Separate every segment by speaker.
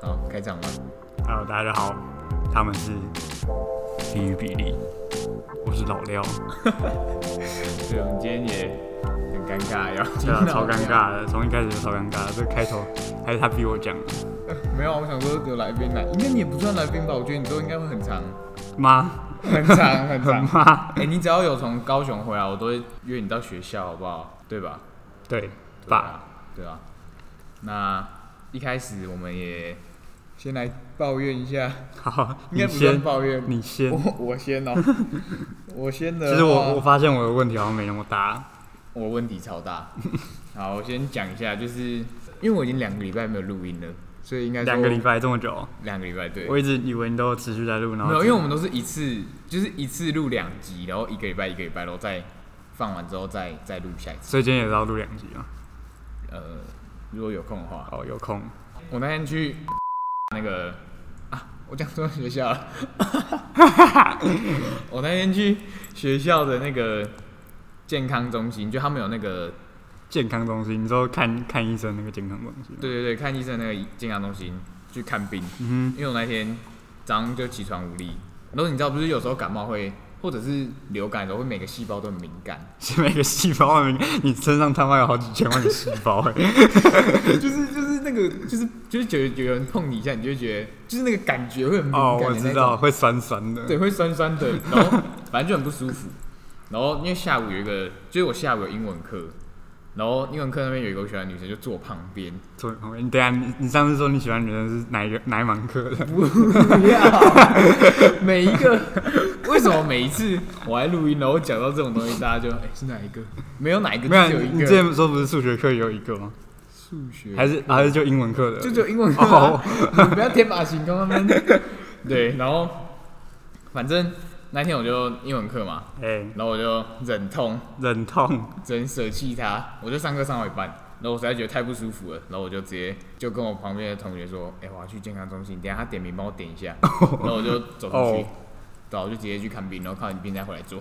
Speaker 1: 好，开场吧。
Speaker 2: Hello，大家好，他们是比与比利，我是老廖，
Speaker 1: 对，我们今天也很尴尬， 要
Speaker 2: 对啊，超尴尬的，从一开始就超尴尬的，这个开头还是他逼我讲的
Speaker 1: 没有啊，我想说有来宾来，应该你也不算来宾吧？我觉得你都应该会很长，
Speaker 2: 妈
Speaker 1: 很长， 很
Speaker 2: 很
Speaker 1: 长。
Speaker 2: 妈，
Speaker 1: 哎、你只要有从高雄回来，我都会约你到学校，好不好？对吧？
Speaker 2: 对
Speaker 1: 对
Speaker 2: 吧？
Speaker 1: 啊，对啊。那一开始我们也先来抱怨一下，
Speaker 2: 好，
Speaker 1: 应该
Speaker 2: 你
Speaker 1: 不算
Speaker 2: 先，
Speaker 1: 抱怨，
Speaker 2: 你先。
Speaker 1: 我我先 哦、我先的话。
Speaker 2: 其实我我发现我的问题好像没那么大，
Speaker 1: 我问题超大。 好，我先讲一下，就是因为我已经两个礼拜没有录音了，所以应该说
Speaker 2: 两个礼拜这么久，
Speaker 1: 两个礼拜对。
Speaker 2: 我一直以为你都有持续在录，然
Speaker 1: 没
Speaker 2: 后
Speaker 1: 有，因为我们都是一次，就是一次录两集，然后一个礼拜一个礼拜，然后再放完之后再再录下一次。
Speaker 2: 所以今天也要录两集嘛。
Speaker 1: 呃，如果有空的话，
Speaker 2: 哦，有空，
Speaker 1: 我那天去 那个啊，我讲错学校 了，我那天去学校的那个健康中心，就他们有那个
Speaker 2: 健康中心，你说看看医生那个健康中心吗，
Speaker 1: 对对对，看医生那个健康中心去看病，
Speaker 2: 嗯
Speaker 1: 因为我那天早上就起床无力，然后你知道不是有时候感冒会，或者是流感的时候会每个细胞都很敏感，
Speaker 2: 哼，是每个细胞，你身上他妈有好几千万个细胞、欸，
Speaker 1: 就是就是那个就是就是觉得有人碰你一下，你就会觉得就是那个感觉会很敏感、
Speaker 2: 哦，我知道，，会酸酸的。
Speaker 1: 对，会酸酸的，然后 反正就很不舒服。然后因为下午有一个，就是我下午有英文课，然后英文课那边有一个我喜欢的女生就坐我旁边，
Speaker 2: 坐你旁边。你等一下，你你上次说你喜欢女生是哪一个哪一门课的？
Speaker 1: 不要， 每一个为什么每一次我来录音，然后讲到这种东西，大家就哎、是哪一个？没有哪一个，
Speaker 2: 没有，啊
Speaker 1: 就只有
Speaker 2: 你
Speaker 1: 一
Speaker 2: 之
Speaker 1: 个
Speaker 2: 前说不是数学课有一个吗？
Speaker 1: 数学
Speaker 2: 还是还是就英文课的？
Speaker 1: 就只有英文课、
Speaker 2: 哦
Speaker 1: 啊， 你不要天马行空 那边。对，然后反正那天我就英文课嘛，
Speaker 2: 哎，
Speaker 1: 然后我就忍痛
Speaker 2: 忍痛，
Speaker 1: 真舍弃它，我就上课上到一半，然后我实在觉得太不舒服了，然后我就直接就跟我旁边的同学说，哎、我要去健康中心，等一下他点名帮我点一 下，然后我就走出去
Speaker 2: 哦，
Speaker 1: 对啊，我就直接去看病，然后看完病再回来做，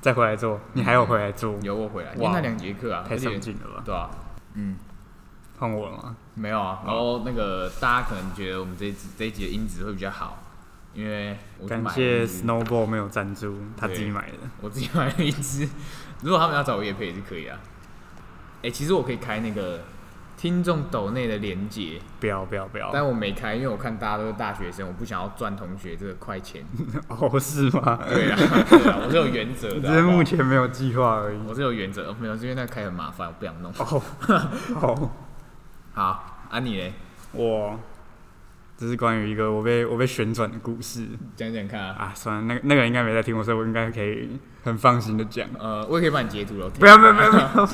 Speaker 2: 再回来做，你还
Speaker 1: 嗯
Speaker 2: 有回来做，
Speaker 1: 由我回来，因为
Speaker 2: 哇
Speaker 1: 那两节课啊，
Speaker 2: 太
Speaker 1: 而
Speaker 2: 上
Speaker 1: 且
Speaker 2: 进了吧？
Speaker 1: 对啊，嗯，
Speaker 2: 换我了吗？
Speaker 1: 没有啊，然后那个大家可能觉得我们这一集这一集的音质会比较好，因为我去
Speaker 2: 感
Speaker 1: 买了
Speaker 2: 谢
Speaker 1: 一支
Speaker 2: Snowball 没有赞助，他自己买的。
Speaker 1: 我自己买了一支，如果他们要找我叶配也是可以啊，哎、其实我可以开那个听众抖内的连接。
Speaker 2: 不要不要不要！
Speaker 1: 但我没开，因为我看大家都是大学生，我不想要赚同学这个快钱。
Speaker 2: 哦，是吗？
Speaker 1: 对啊， 对啊，我是有原则
Speaker 2: 只
Speaker 1: 的。
Speaker 2: 是
Speaker 1: 好不好
Speaker 2: 目前没有计划而已。
Speaker 1: 我是有原则，哦没有，是因为那个开很麻烦，我不想弄。
Speaker 2: 哦， 好。
Speaker 1: 好，啊你嘞，
Speaker 2: 我，这是关于一个我被我被旋转的故事
Speaker 1: 讲讲看啊。
Speaker 2: 啊。算了，那个那个人应该没在听我，所以我应该可以很放心的讲。
Speaker 1: 呃，我也可以帮你截图了。
Speaker 2: 不要不要不要不要！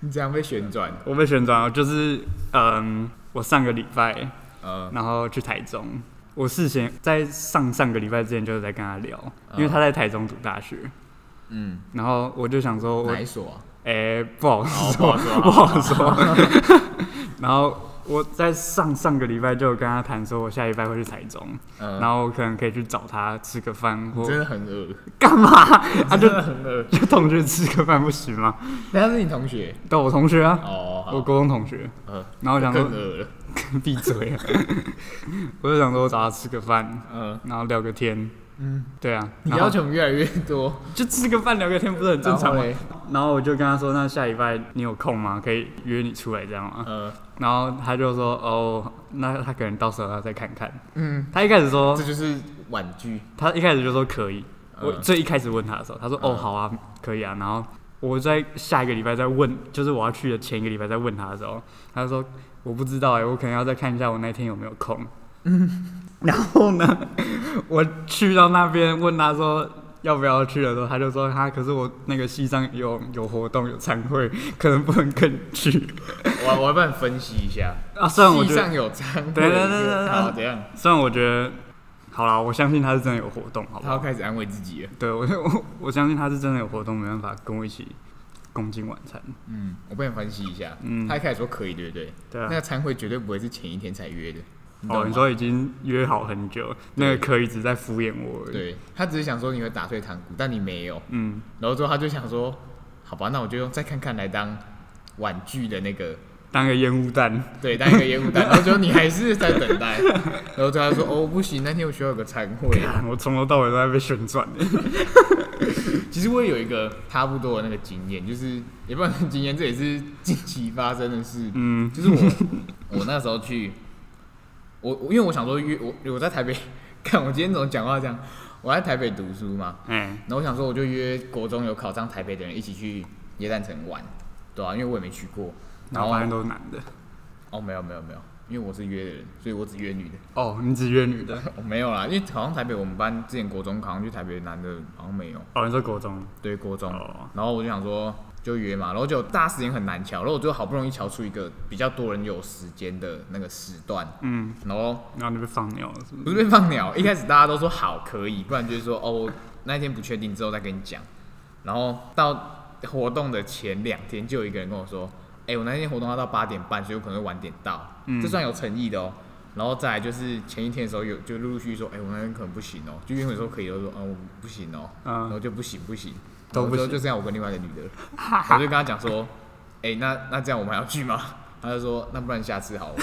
Speaker 1: 你这样被旋转。
Speaker 2: 我被旋转了，就是嗯，我上个礼拜
Speaker 1: 呃，
Speaker 2: 然后去台中，我事先在上上个礼拜之前就是在跟他聊，因为他在台中读大学，
Speaker 1: 嗯，
Speaker 2: 然后我就想说我
Speaker 1: 哪一所啊？
Speaker 2: 哎、不好
Speaker 1: 哦
Speaker 2: 说，
Speaker 1: 不好说
Speaker 2: 不好说。然后我在上上个礼拜就有跟他谈说，我下礼拜会去台中，
Speaker 1: 嗯，
Speaker 2: 然后我可能可以去找他吃个饭或
Speaker 1: 真的很恶，
Speaker 2: 干嘛？啊，
Speaker 1: 真
Speaker 2: 就
Speaker 1: 的很恶。
Speaker 2: 就同学吃个饭不行吗？
Speaker 1: 那他是你同学
Speaker 2: 但我同学啊，嗯
Speaker 1: 哦，
Speaker 2: 我
Speaker 1: 好
Speaker 2: 高中同学，
Speaker 1: 呃，
Speaker 2: 然后我想
Speaker 1: 更
Speaker 2: 说
Speaker 1: 恶了。
Speaker 2: 闭嘴 啊，我就想说我找他吃个饭，
Speaker 1: 嗯
Speaker 2: 然后聊个天，
Speaker 1: 嗯，
Speaker 2: 对啊，
Speaker 1: 你
Speaker 2: 然后
Speaker 1: 要求越来越多，
Speaker 2: 就吃个饭聊个天不是很正常
Speaker 1: 然后
Speaker 2: 吗
Speaker 1: 嘞？
Speaker 2: 然后我就跟他说，那下礼拜你有空吗？可以约你出来这样吗？
Speaker 1: 呃，
Speaker 2: 然后他就说，哦，那他可能到时候要再看看。
Speaker 1: 嗯，
Speaker 2: 他一开始说
Speaker 1: 这，就是婉拒。
Speaker 2: 他一开始就说可以。我
Speaker 1: 嗯
Speaker 2: 最一开始问他的时候，他说，哦，
Speaker 1: 嗯
Speaker 2: 好啊，可以啊。然后我在下一个礼拜再问，就是我要去的前一个礼拜再问他的时候，他就说，我不知道哎、我可能要再看一下我那天有没有空。嗯，然后呢， 我去到那边问他说。要不要去的时候，他就说他可是我那个西藏有有活动有参会，可能不能跟你去
Speaker 1: 我我要帮你分析一下。
Speaker 2: 啊。虽然我觉
Speaker 1: 戏
Speaker 2: 得
Speaker 1: 上有章，
Speaker 2: 对对对对对
Speaker 1: 好，怎样？
Speaker 2: 虽然我觉得，好啦，我相信他是真的有活动，好不
Speaker 1: 他要
Speaker 2: 好？
Speaker 1: 开始安慰自己了。
Speaker 2: 对我 我我相信他是真的有活动，没办法跟我一起共进晚餐。
Speaker 1: 嗯，我帮你分析一下。
Speaker 2: 嗯
Speaker 1: 他一开始说可以，对不对？
Speaker 2: 对
Speaker 1: 那
Speaker 2: 啊，
Speaker 1: 个餐会绝对不会是前一天才约的。你懂
Speaker 2: 哦，
Speaker 1: 吗
Speaker 2: 你说已经约好很久，那个可以只在敷衍我而已。，
Speaker 1: 对，他只是想说你会打碎糖骨，但你没有。
Speaker 2: 嗯，
Speaker 1: 然后之后他就想说，好吧，那我就用再看看来当婉拒的那个
Speaker 2: 当个烟雾弹，
Speaker 1: 对，当一个烟雾弹，然后最后你还是在等 待，然后最后他说哦不行，那天我需要有个参会。
Speaker 2: 干 我从头到尾都在被旋转。
Speaker 1: 其实我也有一个差不多的那个经验，就是也不算经验，这也是近期发生的事。
Speaker 2: 嗯，
Speaker 1: 就是我 我那时候去，我我因为我想说约我我在台北， 看我今天怎么讲话这样，我在台北读书嘛，
Speaker 2: 哎，
Speaker 1: 然后我想说我就约国中有考上台北的人一起去耶诞城玩，对啊，因为我也没去过，
Speaker 2: 然
Speaker 1: 然
Speaker 2: 后
Speaker 1: 后
Speaker 2: 发现都是男的。
Speaker 1: 哦没有没有没有，因为我是约的人，所以我只约女的。
Speaker 2: 哦，你只约女的？
Speaker 1: 哦，没有啦，因为好像台北我们班之前国中考上去台北男的好像没有，
Speaker 2: 哦，你说国中？
Speaker 1: 对国中，
Speaker 2: 哦，
Speaker 1: 然后我就想说就约嘛，然后就大家时间很难瞧，然后我就好不容易瞧出一个比较多人有时间的那个时段，
Speaker 2: 嗯，
Speaker 1: 然后
Speaker 2: 然后你被放鸟了是不
Speaker 1: 不
Speaker 2: 是？
Speaker 1: 是被放鸟，一开始大家都说好可以，不然就是说哦我那一天不确定之后再跟你讲，然后到活动的前两天就有一个人跟我说，哎、我那天活动要到八点半，所以我可能会晚点到，
Speaker 2: 嗯
Speaker 1: 这算有诚意的哦。然后再来就是前一天的时候有就陆陆续续说，哎、我那天可能不行哦，就原本说可以，我就说，嗯，我不行哦，然后
Speaker 2: 嗯，
Speaker 1: 就不行不行，
Speaker 2: 都不
Speaker 1: 然后我就
Speaker 2: 行
Speaker 1: 就这样，我跟另外一个女的，我就跟她讲说，哎、那那这样我们还要聚吗？她就说，那不然下次好了。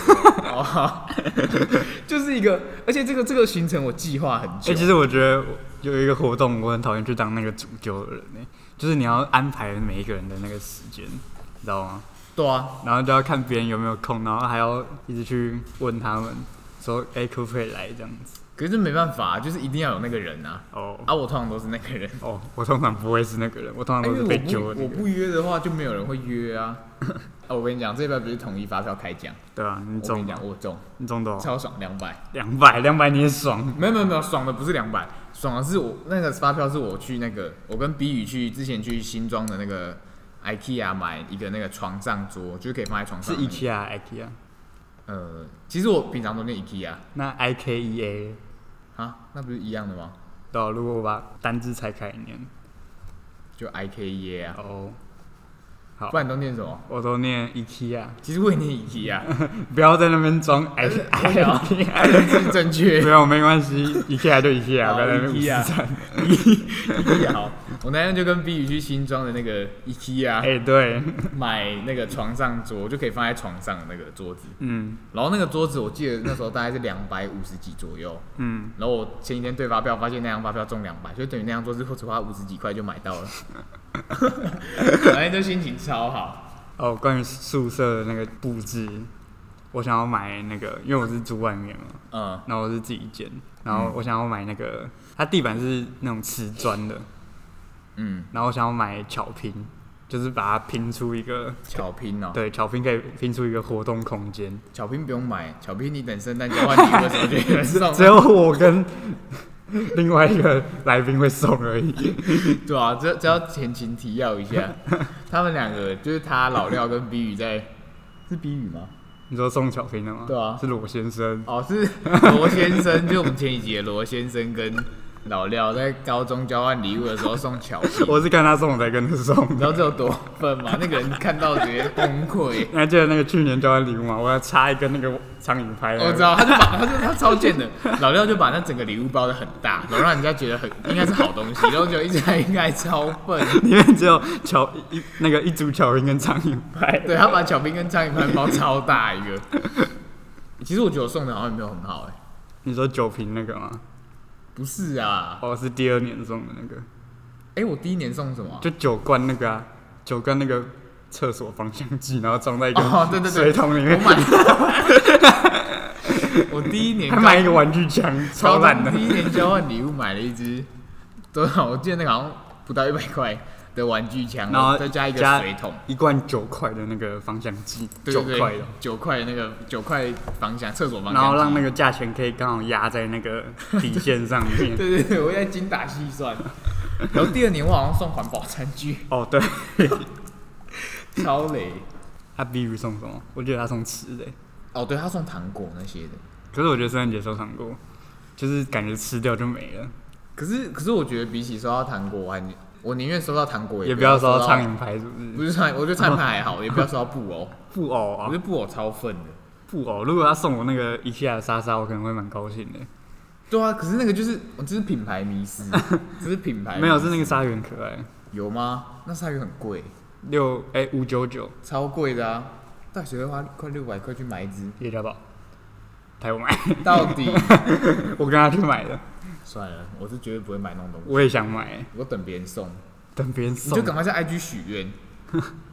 Speaker 1: 哦，好 就是一个，而且这个这个行程我计划很久
Speaker 2: 哎，，其实我觉得有一个活动，我很讨厌去当那个主揪的人呢，就是你要安排每一个人的那个时间，你知道吗？
Speaker 1: 对啊，
Speaker 2: 然后就要看别人有没有空，然后还要一直去问他们说，哎、可不可以来这样子？
Speaker 1: 可是没办法，就是一定要有那个人啊。
Speaker 2: 哦
Speaker 1: 啊，我通常都是那个 人，哎
Speaker 2: 哦，我通常不会是那个人，我通常
Speaker 1: 因
Speaker 2: 都
Speaker 1: 为
Speaker 2: 是被揪
Speaker 1: 我不
Speaker 2: 的那
Speaker 1: 我
Speaker 2: 个人。
Speaker 1: 不约的话，就没有人会约啊。 啊，我跟你讲，这一拜不是统一发票开奖，
Speaker 2: 对啊，你
Speaker 1: 我跟
Speaker 2: 中
Speaker 1: 你讲，我中，
Speaker 2: 你中多少？
Speaker 1: 超爽，两百。
Speaker 2: 两百，两百你也爽。
Speaker 1: 没有没有没有，爽的不是两百，爽的是我那个发票是我去那个，我跟比宇去之前去新庄的那个 IKEA 买一个那个床上桌，就是可以放在床
Speaker 2: 是
Speaker 1: 上、那个。
Speaker 2: IKEA IKEA，
Speaker 1: 呃，其实我平常都念 IKEA
Speaker 2: 那 IKEA
Speaker 1: 啊，那不是一样的吗？
Speaker 2: 对啊、如果我把单字拆开一念，
Speaker 1: 就 IKEA 啊，
Speaker 2: 哦，好
Speaker 1: 不，然你都念什么？
Speaker 2: 我都念 IKEA，
Speaker 1: 其实我也念 IKEA，
Speaker 2: 不要在那边装 I
Speaker 1: 哎呀
Speaker 2: IKEA，
Speaker 1: 是正确
Speaker 2: 不。 要没关系，IKEA 就 IKEA，
Speaker 1: 好
Speaker 2: 不要在那边
Speaker 1: 哦
Speaker 2: 五
Speaker 1: IKEA
Speaker 2: 十三。
Speaker 1: IKEA 好，啊我那天就跟比宇去新庄的那个 IKEA
Speaker 2: 哎，对，
Speaker 1: 买那个床上桌，就可以放在床上的那个桌子。
Speaker 2: 嗯
Speaker 1: 然后那个桌子我记得那时候大概是两百五十几左右。
Speaker 2: 嗯，
Speaker 1: 然后我前几天对发票，发现那张发票中两百，所以等于那张桌子我只花五十几块就买到了，反正就心情超好。
Speaker 2: 哦，关于宿舍的那个布置，我想要买那个，因为我是住外面嘛，
Speaker 1: 嗯，
Speaker 2: 然后我是自己建，然后我想要买那个，它地板是那种瓷砖的，
Speaker 1: 嗯，
Speaker 2: 然后我想要买巧拼，就是把它拼出一个，
Speaker 1: 巧拼哦，
Speaker 2: 对，巧拼可以拼出一个活动空间。
Speaker 1: 巧拼不用买，巧拼你等圣诞交换礼物的时候就有人 送
Speaker 2: 只，有我跟另外一个来宾会送而已。
Speaker 1: 对啊，只只要前情提要一 下，他们两个就是他老廖跟比宇在， 是比宇吗？
Speaker 2: 你说送巧拼的吗？
Speaker 1: 对啊
Speaker 2: 是罗先生。
Speaker 1: 哦， 是罗先生，就我们前几集的罗先生跟老廖在高中交换礼物的时候送巧 拼，
Speaker 2: 我是看他送，我才跟他送
Speaker 1: 你
Speaker 2: 的。
Speaker 1: 知道这有多笨吗？那个人看到直接崩 溃。
Speaker 2: 你还记得那个去年交换礼物吗？我要插一根那个苍蝇拍。
Speaker 1: 我知。道，他就把他就他超贱的，老廖就把那整个礼物包的很大，然后让人家觉得很应该是好东西，然后就一直在应该超笨，
Speaker 2: 里面只有巧一那个一组巧拼跟苍蝇拍。
Speaker 1: 对他把巧冰跟苍蝇拍包超大一个。其实我觉得我送的好像也没有很好哎、
Speaker 2: 你说酒瓶那个吗？
Speaker 1: 不是啊，
Speaker 2: 哦，是第二年送的那个，
Speaker 1: 哎、我第一年送什么啊、
Speaker 2: 就酒罐那个啊，酒罐那个厕所芳香剂，然后装在一个
Speaker 1: 哦对对对
Speaker 2: 水桶里
Speaker 1: 我
Speaker 2: 面，
Speaker 1: 买，我第一年
Speaker 2: 还买一个玩具枪，超烂的
Speaker 1: 高中。第一年交换礼物买了一只，多少？我记得那个好像不到一百块的玩具枪，
Speaker 2: 然后
Speaker 1: 再加一个
Speaker 2: 加
Speaker 1: 水桶。
Speaker 2: 一罐九块的那个芳香剂，
Speaker 1: 对
Speaker 2: 九
Speaker 1: 对对
Speaker 2: 块的，
Speaker 1: 九块那个九块方向厕所方向，
Speaker 2: 然后让那个价钱可以刚好压在那个底线上 面。
Speaker 1: 对对对，我在精打细算。然后第二年我好像送环保餐具，
Speaker 2: 哦，对，
Speaker 1: 超累。
Speaker 2: 他比如送什么？我觉得他送吃的欸，
Speaker 1: 哦，对他送糖果那些的，
Speaker 2: 可是我觉得圣诞节收糖果，就是感觉吃掉就没了，
Speaker 1: 可是可是我觉得比起收到糖果，我还我宁愿收到糖果，
Speaker 2: 也
Speaker 1: 不
Speaker 2: 不要
Speaker 1: 收
Speaker 2: 收
Speaker 1: 到
Speaker 2: 到苍，蝇拍，是不
Speaker 1: 不
Speaker 2: 是？
Speaker 1: 是苍蝇，我觉得苍蝇拍还好，也不要收到布偶，
Speaker 2: 布偶
Speaker 1: 我
Speaker 2: 啊
Speaker 1: 觉得，布偶超粪的。
Speaker 2: 布偶！如果他送我那个宜家的莎莎，我可能会蛮高兴的。
Speaker 1: 对啊，可是那个就是，我这是品牌迷 失，这是品牌迷
Speaker 2: 没有，
Speaker 1: 思
Speaker 2: 是那个鲨鱼很可爱，
Speaker 1: 有吗？那鲨鱼很贵，
Speaker 2: 六哎五九九，
Speaker 1: 超贵的啊！到底谁会花快六百块去买一只？
Speaker 2: 叶家宝，陪我买，
Speaker 1: 到底
Speaker 2: 我跟他去买的，
Speaker 1: 算了，我是绝对不会买那种东西，
Speaker 2: 我也想买，
Speaker 1: 我等别人送。
Speaker 2: 等别人
Speaker 1: 你
Speaker 2: 送
Speaker 1: 就。赶快在 IG 许愿，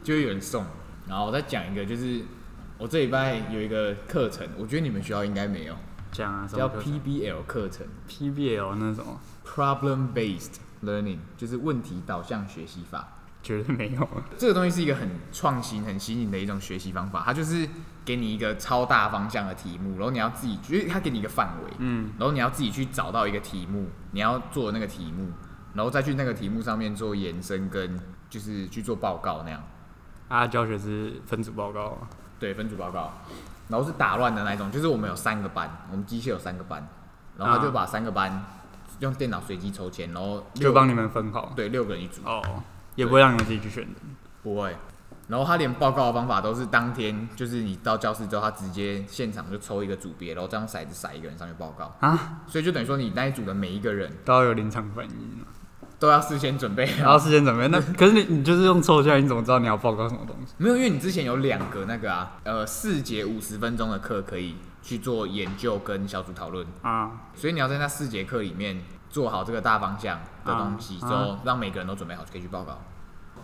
Speaker 1: 就会有人送。然后我再讲一个，就是我这礼拜有一个课程，我觉得你们学校应该没有，
Speaker 2: 讲啊，什么
Speaker 1: 叫
Speaker 2: 课
Speaker 1: PBL 课程
Speaker 2: PBL 那种，
Speaker 1: （Problem Based Learning），就是问题导向学习法。
Speaker 2: 绝对没有。
Speaker 1: 这个东西是一个很创新、很新颖的一种学习方法，它就是给你一个超大方向的题目，然后你要自己，就是它给你一个范围，
Speaker 2: 嗯，
Speaker 1: 然后你要自己去找到一个题目，你要做那个题目，然后再去那个题目上面做延伸跟就是去做报告那样。
Speaker 2: 啊，教学是分组报告啊，
Speaker 1: 对，分组报告，然后是打乱的那一种，就是我们有三个班，我们机械有三个班，然后他就把三个班用电脑随机抽签，然后六
Speaker 2: 啊就帮你们分好。
Speaker 1: 对六个人一组，
Speaker 2: 哦，也不会让你们自己去选的。
Speaker 1: 不会。然后他连报告的方法都是当天，就是你到教室之后，他直接现场就抽一个组别，然后再用骰子骰一个人上去报告，
Speaker 2: 啊，
Speaker 1: 所以就等于说你那一组的每一个人
Speaker 2: 都要有临场反应啊，
Speaker 1: 都要事先准备好。
Speaker 2: 然后事先准备。那可是你你就是用抽象，你怎么知道你要报告什么东西？
Speaker 1: 没有，因为你之前有两个那个啊，呃，四节五十分钟的课可以去做研究跟小组讨论，
Speaker 2: 啊，
Speaker 1: 所以你要在那四节课里面做好这个大方向的东西，之
Speaker 2: 啊
Speaker 1: 后让每个人都准备好就可以去报告。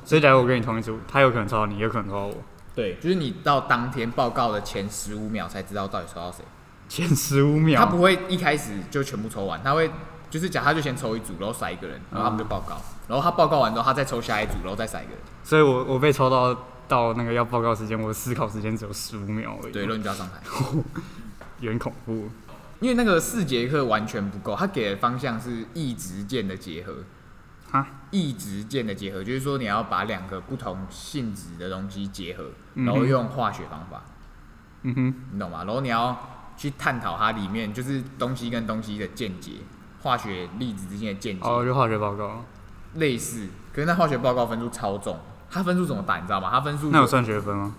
Speaker 2: 所以假如我跟你同一组，他有可能抽到你，也有可能抽到我。
Speaker 1: 对，就是你到当天报告的前十五秒才知道到底抽到谁，
Speaker 2: 前十五秒，
Speaker 1: 他不会一开始就全部抽完，他会就是假如他就先抽一组，然后甩一个
Speaker 2: 嗯
Speaker 1: 人，然后他们就报告，然后他报告完之后他再抽下一组，然后再甩一个人，
Speaker 2: 所以我我被抽到到那个要报告时间，我思考时间只有十五秒而已，
Speaker 1: 对，然后你就要上台，
Speaker 2: 有点恐怖。
Speaker 1: 因为那个四节课完全不够，他给的方向是意直键的结合，
Speaker 2: 哈，
Speaker 1: 意直键的结合，就是说你要把两个不同性质的东西结合，
Speaker 2: 嗯哼
Speaker 1: 然后用化学方法。
Speaker 2: 嗯哼，
Speaker 1: 你懂吗？然后你要去探讨它里面就是东西跟东西的间接，化学粒子之间的间接、
Speaker 2: 哦，就化学报
Speaker 1: 嗯
Speaker 2: 告，
Speaker 1: 类似。可是那化学报告分数超重，它分数怎么打你知道吗？它分数
Speaker 2: 那有算学分吗？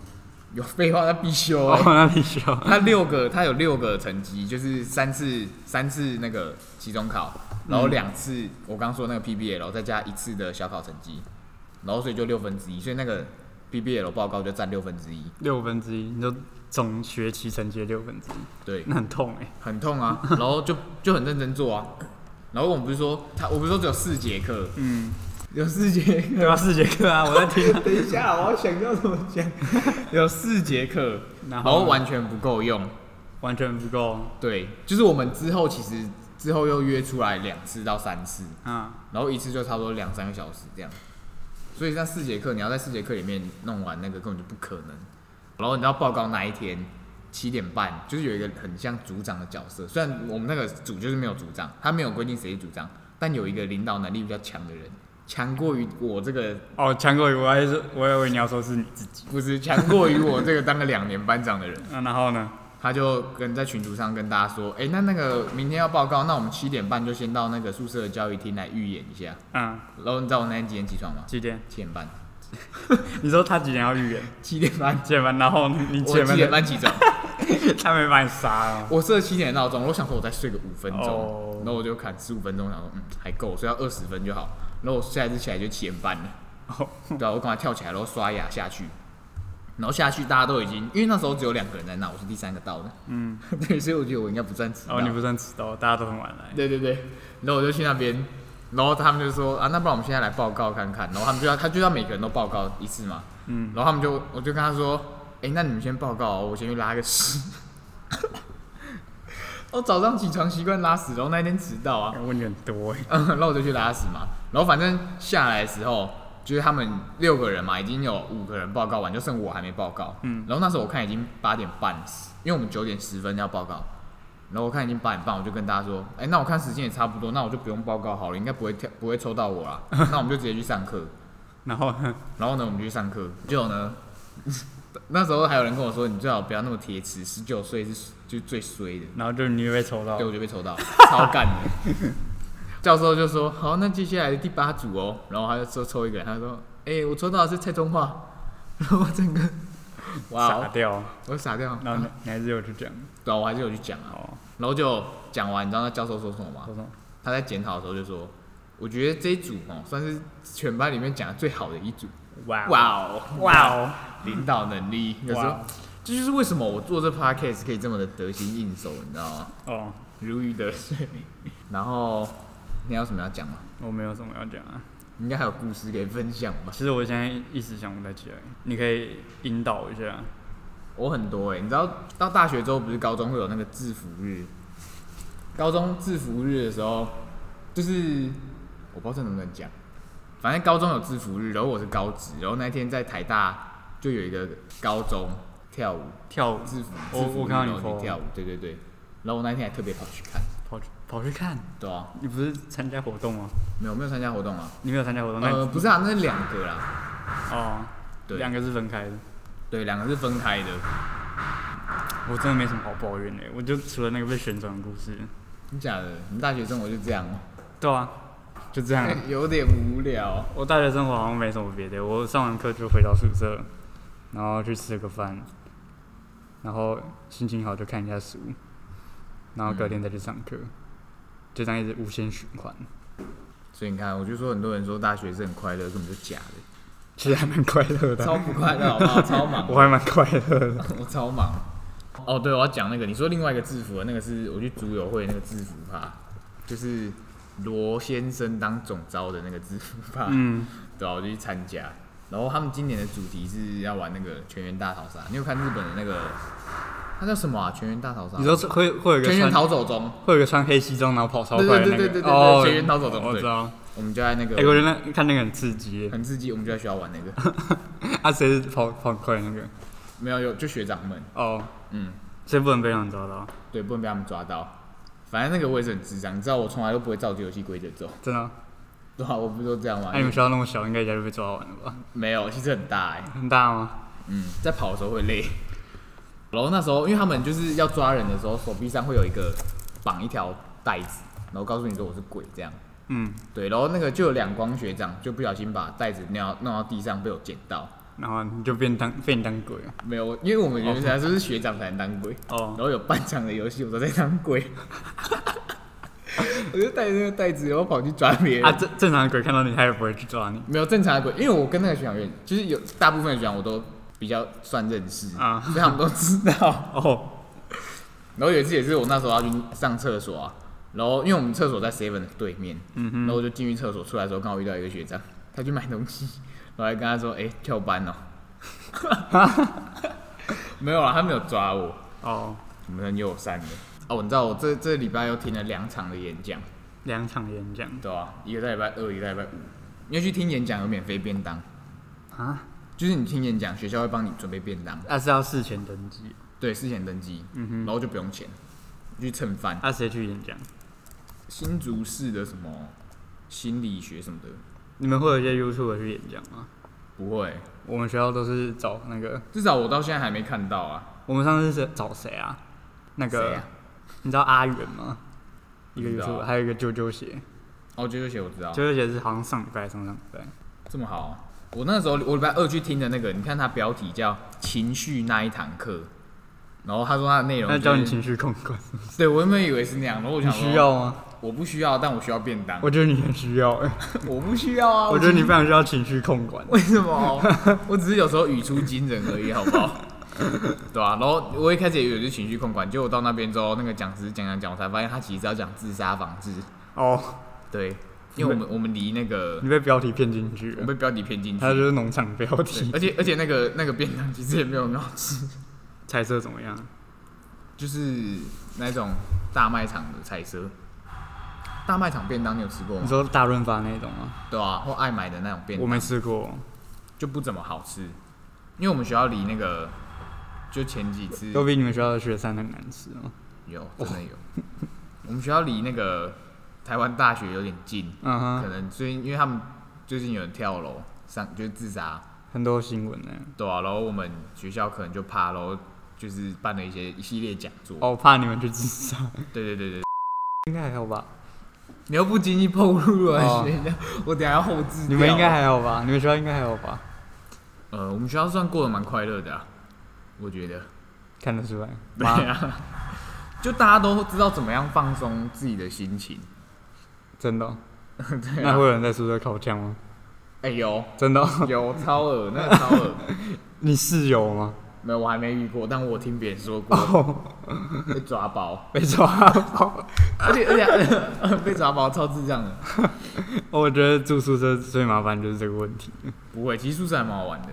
Speaker 1: 有废话，那必修、
Speaker 2: 哦，
Speaker 1: 欸。
Speaker 2: 那必须要。
Speaker 1: 它六个，它有六个成绩，就是三次三次那个期中考，然后两次、我刚说那个 PBL，再加一次的小考成绩，然后所以就六分之一，所以那个 PBL 报告就占六分之一，
Speaker 2: 六分之一，你就总学期成绩的六分之一，
Speaker 1: 对，
Speaker 2: 那很痛哎、
Speaker 1: 很痛啊，然后就就很认真做啊。然后我们不是说他，我不是说只有四节课，
Speaker 2: 嗯，
Speaker 1: 有四节课。
Speaker 2: 对啊，四节课啊，我在听。
Speaker 1: 等一下，我要想要怎么 讲。有四节课，然
Speaker 2: 然后
Speaker 1: 后完全不够用。
Speaker 2: 完全不够，
Speaker 1: 对，就是我们之后其实之后又约出来两次到三次，
Speaker 2: 啊，
Speaker 1: 然后一次就差不多两三个小时这样。所以那四节课，你要在四节课里面弄完那个根本就不可能。然后你知道报告那一天七点半，就是有一个很像组长的角色，虽然我们那个组就是没有组长，他没有规定谁是组长，但有一个领导能力比较强的人，强过于我这个
Speaker 2: 哦，强过于我还是我以为你要说是你自己，
Speaker 1: 不是强过于我这个当了两年班长的人，
Speaker 2: 那、然后呢？
Speaker 1: 他就跟在群组上跟大家说，哎、那那个明天要报告，那我们七点半就先到那个宿舍的教育厅来预演一下。
Speaker 2: 嗯，
Speaker 1: 然后你知道我那天几点起床吗？
Speaker 2: 几点？
Speaker 1: 七点半，
Speaker 2: 你说他几点要预言？
Speaker 1: 七点半
Speaker 2: 几点半？然后呢你几
Speaker 1: 我七
Speaker 2: 点半
Speaker 1: 点
Speaker 2: 的？
Speaker 1: 半起床，
Speaker 2: 他没把你杀了。
Speaker 1: 我设七点闹钟，我想说我再睡个五分钟
Speaker 2: 哦
Speaker 1: 然后我就看十五分钟，想说嗯还够，睡到二十分就好。然后我下一次起来就七点半了，
Speaker 2: 哦，
Speaker 1: 对啊，我赶快跳起来，然后刷牙下去，然后下去大家都已经，因为那时候只有两个人在那，我是第三个到的，
Speaker 2: 嗯，
Speaker 1: 对，所以我觉得我应该不算迟到。
Speaker 2: 哦，你不算迟到，大家都很晚来。
Speaker 1: 对对对，然后我就去那边，然后他们就说啊，那不然我们现在来报告看看，然后他们就要他就要每个人都报告一次嘛，
Speaker 2: 嗯，
Speaker 1: 然后他们就我就跟他说，哎、那你们先报告哦、我先去拉个屎。 我早上起床习惯拉屎，然后那天迟到啊，
Speaker 2: 问你很 多哎、
Speaker 1: 嗯，然后我就去拉屎嘛，然后反正下来的时候，就是他们六个人嘛，已经有五个人报告完，就剩我还没报告。
Speaker 2: 嗯，
Speaker 1: 然后那时候我看已经八点半，因为我们九点十分要报告，然后我看已经八点半，我就跟大家说，哎、那我看时间也差不多，那我就不用报告好了，应该不会跳，不会抽到我啦，那我们就直接去上课。
Speaker 2: 然后呢？
Speaker 1: 然后呢，我们就去上课，结果呢， 那时候还有人跟我说，你最好不要那么铁齿，十九岁是就是最衰的。
Speaker 2: 然后就你又被抽到
Speaker 1: 对，。我就被抽到， 超干的。教授就说：“好，那接下来第八组哦。”然后他就抽抽一个人，他说：“哎、我抽到的是蔡中华。” 然后我整个，哇
Speaker 2: 傻
Speaker 1: 哦，
Speaker 2: 掉，
Speaker 1: 我傻掉。
Speaker 2: 然后你你还是有去讲，
Speaker 1: 对啊，我还是有去讲啊。
Speaker 2: 哦，
Speaker 1: 然后就讲完，你知道那教授说什么吗
Speaker 2: 我？说
Speaker 1: 他在检讨的时候就说：“我觉得这一组哦，算是全班里面讲的最好的一组。
Speaker 2: 哇
Speaker 1: 哇哦，哦
Speaker 2: 哇哦，
Speaker 1: 领导能力，有时候
Speaker 2: 哇
Speaker 1: 这就是为什么我做这 podcast 可以这么的得心应手，你知道吗？
Speaker 2: 哦，
Speaker 1: 如鱼得水。然后你还有什么要讲吗？
Speaker 2: 我没有什么要讲啊。
Speaker 1: 你应该还有故事可以分享吧？
Speaker 2: 其实我现在一时想不太起来，你可以引导一下。
Speaker 1: 我很多哎、你知道到大学之后，不是高中会有那个制服日？高中制服日的时候，就是我不知道这能不能讲，反正高中有制服日，然后我是高职，然后那天在台大就有一个高中跳舞
Speaker 2: 跳舞，
Speaker 1: 制服，
Speaker 2: 我
Speaker 1: 制服
Speaker 2: 哦我
Speaker 1: 日
Speaker 2: 看到你
Speaker 1: 然后
Speaker 2: po
Speaker 1: 去跳舞，对对对，然后我那天还特别跑去看，
Speaker 2: 跑去跑去看。
Speaker 1: 对啊，
Speaker 2: 你不是参加活动吗？
Speaker 1: 没有没有参加活动啊，
Speaker 2: 你没有参加活动，那你
Speaker 1: 呃，不是啊，那是两个啦，
Speaker 2: 哦，
Speaker 1: 对
Speaker 2: 两个是分开的。
Speaker 1: 对，两个是分开的。
Speaker 2: 我真的没什么好抱怨的，我就除了那个被旋转的故事，
Speaker 1: 真假的？你大学生活就这样吗？
Speaker 2: 对啊，就这样。
Speaker 1: 有点无聊。
Speaker 2: 我大学生活好像没什么别的，我上完课就回到宿舍，然后去吃个饭，然后心情好就看一下书，然后隔
Speaker 1: 嗯
Speaker 2: 天再去上课，就这样一直无限循环，
Speaker 1: 所以你看，我就说很多人说大学是很快乐，根本就假 的，
Speaker 2: 其实还蛮快乐的，
Speaker 1: 超啊不快乐，好不 好？超忙，
Speaker 2: 我还蛮快乐的。
Speaker 1: 我超忙。哦，对，我要讲那个，你说另外一个制服啊的那个是我去组友会那个制服趴，就是罗先生当总招的那个制服趴，
Speaker 2: 嗯，
Speaker 1: 对啊，我就去参加。然后他们今年的主题是要玩那个全员大逃杀，你有看日本的那个，它叫什么啊？全员大逃杀？
Speaker 2: 你说是会会有一个
Speaker 1: 全员
Speaker 2: 穿
Speaker 1: 逃走中？
Speaker 2: 会有一个穿黑西装然后跑超
Speaker 1: 对
Speaker 2: 快的那个，
Speaker 1: 对对对对对
Speaker 2: 哦，
Speaker 1: 全员逃走的
Speaker 2: 我
Speaker 1: 对
Speaker 2: 知道。
Speaker 1: 我们就在那个
Speaker 2: 哎、我觉得那看那个很刺激耶，
Speaker 1: 很刺激，我们就在学校玩那个，
Speaker 2: 啊，谁是跑跑快的那个？
Speaker 1: 没有有就学长们，
Speaker 2: 哦，
Speaker 1: 嗯，
Speaker 2: 谁不能被让抓到？
Speaker 1: 对，不能被他们抓到。反正那个我也是很智障，你知道我从来都不会照着游戏规则走，
Speaker 2: 真的啊？
Speaker 1: 对吧、我不是都这样吗
Speaker 2: 哎、？你们学校那么小，应该一下就被抓完了吧？
Speaker 1: 没有，其实很大哎、
Speaker 2: 很大吗？
Speaker 1: 嗯，在跑的时候会累。然后那时候，因为他们就是要抓人的时候，手臂上会有一个绑一条带子，然后告诉你说我是鬼这样。
Speaker 2: 嗯，
Speaker 1: 对，然后那个就有两光学长就不小心把带子尿弄到地上，被我捡到。
Speaker 2: 然后你就变当变当鬼了。
Speaker 1: 没有，因为我们原来就是学长才能当鬼。然
Speaker 2: 哦，
Speaker 1: 后有半场的游戏我都在当鬼， 我就带着那个袋子，然后跑去抓别人。
Speaker 2: 啊，正正常的鬼看到你，他也不会去抓你
Speaker 1: 没有正常的鬼，因为我跟那个学长有点，就是有大部分的学长我都比较算认识，
Speaker 2: 啊。
Speaker 1: 所以他们都知 道。
Speaker 2: 哦，
Speaker 1: 然后有一次也是我那时候要去上厕所啊，然后因为我们厕所在 seven 的对面，
Speaker 2: 嗯
Speaker 1: 然
Speaker 2: 哼，
Speaker 1: 后我就进去厕所，出来的时候刚好遇到一个学长，他去买东 西，然后还跟他说：“哎、跳班哦、 没有啦，他没有抓我，
Speaker 2: 哦，
Speaker 1: 我们很友善的。哦，你知道我这这礼拜又听了两场的演讲。
Speaker 2: 两场演讲
Speaker 1: 对啊，一个在礼拜二，一个在礼拜五。你要去听演讲有免费便当，
Speaker 2: 啊，
Speaker 1: 就是你听演讲，学校会帮你准备便当，
Speaker 2: 那、是要事前登记。
Speaker 1: 对，事前登记，
Speaker 2: 嗯
Speaker 1: 然
Speaker 2: 哼，
Speaker 1: 后就不用钱，你去蹭饭。
Speaker 2: 那、啊谁去演讲？
Speaker 1: 新竹市的什么心理学什么的，
Speaker 2: 你们会有一些 YouTube 去演讲吗？
Speaker 1: 不会，
Speaker 2: 我们学校都是找那个，
Speaker 1: 至少我到现在还没看到啊。
Speaker 2: 我们上次是找谁啊？那个、
Speaker 1: 谁啊
Speaker 2: 你知道阿元吗？一个
Speaker 1: 不知道
Speaker 2: YouTube，还有一个啾啾鞋，
Speaker 1: 哦，啾啾鞋我知道
Speaker 2: 啾，啾鞋是好像上礼拜、上上礼拜。
Speaker 1: 这么好啊、我那时候我礼拜二去听的那个，你看它标题叫“情绪那一堂课”，然后他说它的内容、
Speaker 2: 那
Speaker 1: 就是，
Speaker 2: 教你情绪控管，
Speaker 1: 对我原本以为是那样，然后我
Speaker 2: 你
Speaker 1: 想
Speaker 2: 需
Speaker 1: 说，
Speaker 2: 要吗？
Speaker 1: 我不需要，但我需要便当，
Speaker 2: 我觉得你很需要、哎，
Speaker 1: 我不需要啊，
Speaker 2: 我觉
Speaker 1: 只
Speaker 2: 得你非常需要情绪控管。
Speaker 1: 为什么？哦 我只是有时候语出惊人而已，好不好？ 对啊，然后我一开始也以为是情绪控管，结果我到那边之后，那个讲师讲讲讲，我才发现他其实要讲自杀防治。
Speaker 2: 哦，
Speaker 1: 对，因为我们我们离那个
Speaker 2: 你被标题骗进去
Speaker 1: 我
Speaker 2: 了，
Speaker 1: 被标题骗进去
Speaker 2: 它，就是农场标
Speaker 1: 对
Speaker 2: 题。
Speaker 1: 而且而且那个那个便当其实也没有很好吃，
Speaker 2: 猜测怎么样？
Speaker 1: 就是那种大卖场的菜色。大卖场便当你有吃过
Speaker 2: 你
Speaker 1: 吗？
Speaker 2: 说大润发那种吗？
Speaker 1: 对啊，或爱买的那种便
Speaker 2: 我
Speaker 1: 当
Speaker 2: 没吃过，
Speaker 1: 就不怎么好吃，因为我们学校离那个就前几次
Speaker 2: 都比你们学校的雪山很难吃哦。
Speaker 1: 有，真的有。我们学校离那个台湾大学有点近，
Speaker 2: 嗯
Speaker 1: 可
Speaker 2: 哼，
Speaker 1: 能最近因为他们最近有人跳楼上就是自杀，
Speaker 2: 很多新闻呢。
Speaker 1: 对啊，然后我们学校可能就怕喽，就是办了一些一系列讲座。
Speaker 2: 哦，怕你们去自 杀，
Speaker 1: 对对对对，
Speaker 2: 应该还好吧？
Speaker 1: 你又不经意暴露了
Speaker 2: 哦
Speaker 1: 学校，我等下要后置。
Speaker 2: 你们应该还好吧？你们学校应该还好吧？
Speaker 1: 呃，我们学校算过得蛮快乐的、啊，我觉得。
Speaker 2: 看得出来，
Speaker 1: 对啊，就大家都知道怎么样放松自己的心情。
Speaker 2: 真的哦。
Speaker 1: 对
Speaker 2: 那
Speaker 1: 啊，
Speaker 2: 会有人在宿舍烤枪吗？
Speaker 1: 哎、有
Speaker 2: 真的哦，
Speaker 1: 有超恶，那个超恶。
Speaker 2: 你室友吗？
Speaker 1: 没有，我还没遇过，但我听别人说过
Speaker 2: 哦，
Speaker 1: 被抓包，
Speaker 2: 被抓包。
Speaker 1: 而且而且 被抓包超智障的。
Speaker 2: 我觉得住宿舍最麻烦就是这个问题。
Speaker 1: 不会，其实宿舍还蛮好玩的，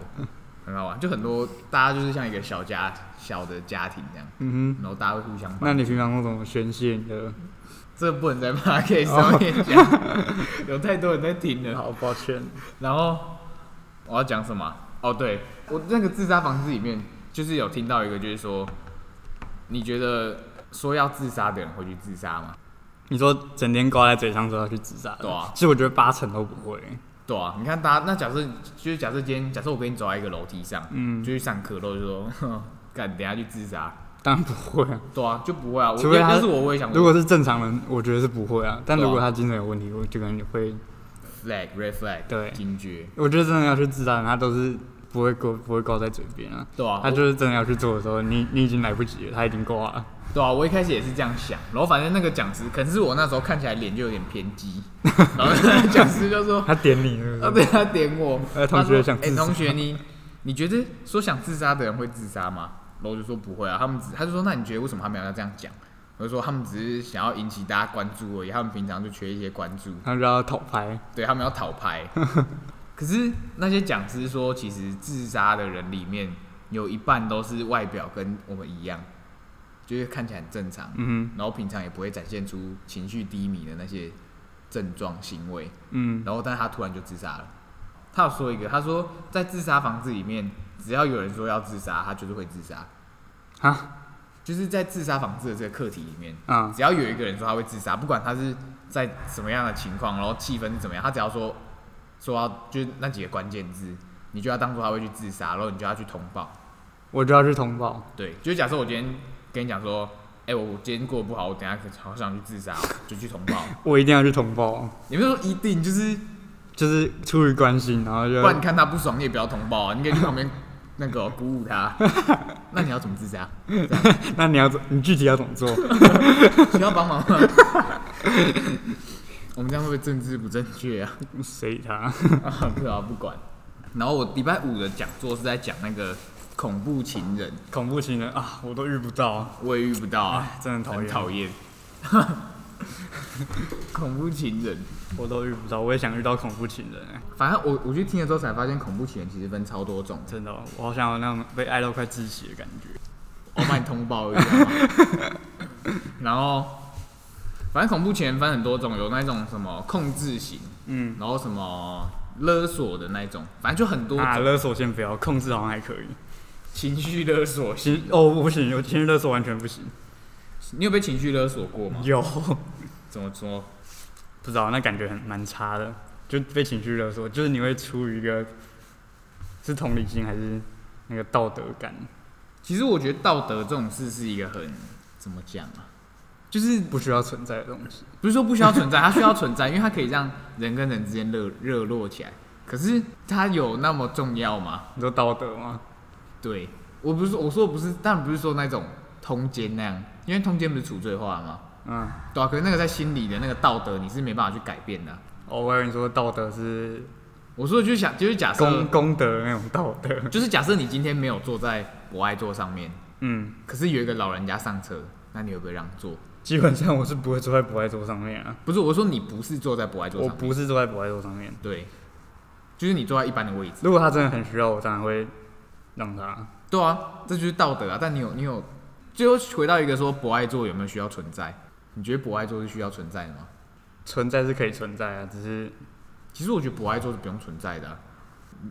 Speaker 1: 很好玩，就很多大家就是像一个小家小的家庭这样，
Speaker 2: 嗯哼，
Speaker 1: 然后大家会互相帮。
Speaker 2: 那你平常都怎么宣泄你的？
Speaker 1: 这不能在 p o d c a s 上面讲，有太多人在听了。
Speaker 2: 好抱歉，
Speaker 1: 然后我要讲什么啊？哦，对我那个自杀房子里面，就是有听到一个，就是说，你觉得说要自杀的人会去自杀吗？
Speaker 2: 你说整天挂在嘴上说要去自杀，
Speaker 1: 对啊
Speaker 2: 其实我觉得八成都不会。
Speaker 1: 对啊，你看大家，那假设就是假设今天，假设我跟你走在一个楼梯上，
Speaker 2: 嗯
Speaker 1: 就去上课，然后就说，哼 干，等一下去自杀，
Speaker 2: 当然不会啊。
Speaker 1: 对啊，就不会啊。我
Speaker 2: 除非他
Speaker 1: 要是我，我也想
Speaker 2: 如
Speaker 1: 说
Speaker 2: 果是正常人，我觉得是不会啊。但
Speaker 1: 对啊
Speaker 2: 如果他精神有问题，我就可能会，
Speaker 1: flag red flag，
Speaker 2: 对
Speaker 1: 警觉，
Speaker 2: 我觉得真的要去自杀，他都是不会挂，不会挂在嘴边啊。
Speaker 1: 对啊，
Speaker 2: 他就是真的要去做的时候，你你已经来不及了，他已经挂 了。
Speaker 1: 对啊，我一开始也是这样想，然后反正那个讲师，可能是我那时候看起来脸就有点偏 激，然后那个讲师就说，
Speaker 2: 他点你是不
Speaker 1: 啊，
Speaker 2: 是？
Speaker 1: 对 他点我，
Speaker 2: 呃同学想
Speaker 1: 他说哎、
Speaker 2: 自杀
Speaker 1: 同学你你觉得说想自杀的人会自杀吗？然后我就说不会啊，他们只他就说那你觉得为什么他们要这样讲？我就说他们只是想要引起大家关注而已，他们平常就缺一些关注，
Speaker 2: 他就要讨拍。
Speaker 1: 对他们要讨 拍。可是那些讲师说，其实自杀的人里面有一半都是外表跟我们一样，就是看起来很正常，
Speaker 2: 嗯
Speaker 1: 然后平常也不会展现出情绪低迷的那些症状行为，
Speaker 2: 哼嗯，
Speaker 1: 然后但是他突然就自杀了。他有说一个，他说在自杀房子里面，只要有人说要自杀，他就是会自杀。
Speaker 2: 哈
Speaker 1: 就是在自杀防治的这个课题里面，
Speaker 2: 啊，
Speaker 1: 只要有一个人说他会自杀，不管他是在什么样的情况，然后气氛是怎么样，他只要说说要就是那几个关键字，你就要当做他会去自杀，然后你就要去通报。
Speaker 2: 我就要去通报。
Speaker 1: 对，就假设我今天跟你讲说，哎、我我今天过得不好，我等一下可好想去自杀哦，就去通报。
Speaker 2: 我一定要去通报，
Speaker 1: 你不是说一定就是，
Speaker 2: 就是出于关心，然后就
Speaker 1: 不然你看他不爽，你也不要通报啊，你可以去旁边那个哦鼓舞 他。那你要怎么自杀？
Speaker 2: 那你要怎你具体要怎么 做？
Speaker 1: 需要帮忙 吗？我们这样会不会政治不正确 啊？
Speaker 2: 谁理他？
Speaker 1: 啊，对啊，不管。然后我礼拜五的讲座是在讲那个恐怖情人，
Speaker 2: 恐怖情人啊，我都遇不到，哎
Speaker 1: 我也遇不到啊，
Speaker 2: 真的很讨
Speaker 1: 很
Speaker 2: 厌，
Speaker 1: 讨厌。 恐怖情人，
Speaker 2: 我都遇不到，我也想遇到恐怖情人、欸，
Speaker 1: 反正我我去听了之后才发现，恐怖情人其实分超多种。
Speaker 2: 真的哦、我好想有那种被爱到快窒息的感觉。
Speaker 1: 我帮你通报一下嘛。 然后，反正恐怖情人分很多种，有那种什么控制型，
Speaker 2: 嗯，
Speaker 1: 然后什么勒索的那种，反正就很多
Speaker 2: 啊，
Speaker 1: 种
Speaker 2: 勒索先不要，控制好像还可以。
Speaker 1: 情绪勒索。
Speaker 2: 情哦，我不行，我情绪勒索完全不行。
Speaker 1: 你有被情绪勒索过吗？
Speaker 2: 有，不
Speaker 1: 怎么说？
Speaker 2: 知道那感觉很蛮差的，就被情绪勒索，就是你会出于一个是同理心还是那个道德感，
Speaker 1: 其实我觉得道德这种事是一个很怎么讲啊，就是
Speaker 2: 不需要存在的东西。
Speaker 1: 不是说不需要存在，它需要存在，因为它可以让人跟人之间热热络起来。可是它有那么重要吗？
Speaker 2: 你说道德吗？
Speaker 1: 对我不是我说的不是，当然不是说那种通奸那样，因为通奸不是处罪化吗？
Speaker 2: 嗯，
Speaker 1: 对啊，可是那个在心里的那个道德你是没办法去改变的啊、
Speaker 2: 哦，我以为你说道德是
Speaker 1: 我说的就是想就是假
Speaker 2: 功
Speaker 1: 设，
Speaker 2: 功德那种道德。
Speaker 1: 就是假设你今天没有坐在博爱座上面，
Speaker 2: 嗯，
Speaker 1: 可是有一个老人家上车，那你会不会让座？
Speaker 2: 基本上我是不会坐在博爱桌上面啊，
Speaker 1: 不是我说你不是坐在博爱座
Speaker 2: 我
Speaker 1: 上面，
Speaker 2: 不是坐在博爱桌上面。
Speaker 1: 对，就是你坐在一般的位置。
Speaker 2: 如果他真的很需要，我当然会让他。
Speaker 1: 对啊，这就是道德啊。但你有你有，最后回到一个说博爱座有没有需要存在？你觉得博爱座是需要存在的吗？
Speaker 2: 存在是可以存在啊，只是
Speaker 1: 其实我觉得博爱座是不用存在的啊、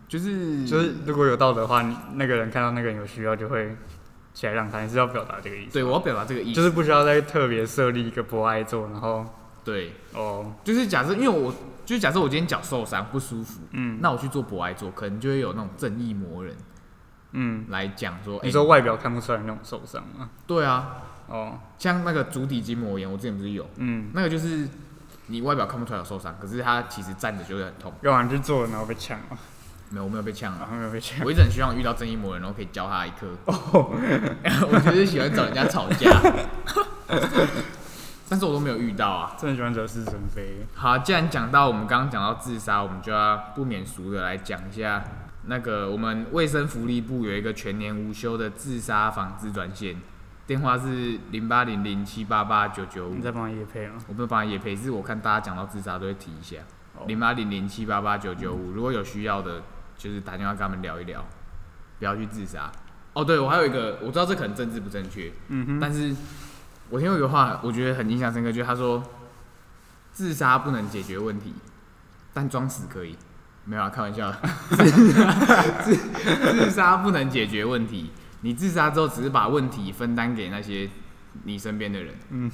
Speaker 1: 就是
Speaker 2: 就是如果有道德的话，你那个人看到那个人有需要就会起来让他，你是要表达这个意思。
Speaker 1: 对我要表达这个意思，
Speaker 2: 就是不需要再特别设立一个博爱座，然后
Speaker 1: 对，
Speaker 2: 哦，
Speaker 1: 就是假设因为我就是假设我今天脚受伤不舒服，
Speaker 2: 嗯
Speaker 1: 那我去做博爱座，可能就会有那种正义魔人
Speaker 2: 嗯，
Speaker 1: 来讲说，
Speaker 2: 你
Speaker 1: 哎
Speaker 2: 说外表看不出来那种受伤吗？
Speaker 1: 对啊，
Speaker 2: 哦，
Speaker 1: 像那个足底筋膜炎，我之前不是有，
Speaker 2: 嗯，
Speaker 1: 那个就是你外表看不出来有受伤，可是他其实站着就会很痛。
Speaker 2: 干嘛去做，然后被呛了，
Speaker 1: 没有，我没有被呛啊
Speaker 2: 然。后又被呛。
Speaker 1: 我一直很希望遇到正义魔人，然后可以教他一课。
Speaker 2: 哦
Speaker 1: 我就是喜欢找人家吵架， 但是我都没有遇到啊。
Speaker 2: 真的喜欢惹是生非。
Speaker 1: 好，既然讲到我们刚刚讲到自杀，我们就要不免俗的来讲一下那个我们卫生福利部有一个全年无休的自杀防治专线，电话是零八零零七八八九九五
Speaker 2: 你。在帮叶配吗？
Speaker 1: 我不是帮也陪，是我看大家讲到自杀都会提一下
Speaker 2: 哦，
Speaker 1: 零八零零七八八九九五，如果有需要的，就是打电话跟他们聊一聊，不要去自杀。哦，对，我还有一个，我知道这可能政治不正确，
Speaker 2: 嗯哼，
Speaker 1: 但是我听过一个话，我觉得很印象深刻，就是他说，自杀不能解决问题，但装死可以。没有啊，开玩笑的， 自自自杀不能解决问题，你自杀之后只是把问题分担给那些你身边的人。
Speaker 2: 嗯，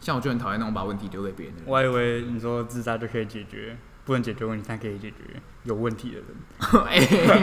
Speaker 1: 像我就很讨厌那种把问题丢给别人的人。
Speaker 2: 我还以为你说自杀就可以解决，不能解决问题，但可以解决有问题的人。
Speaker 1: 哎、
Speaker 2: 哎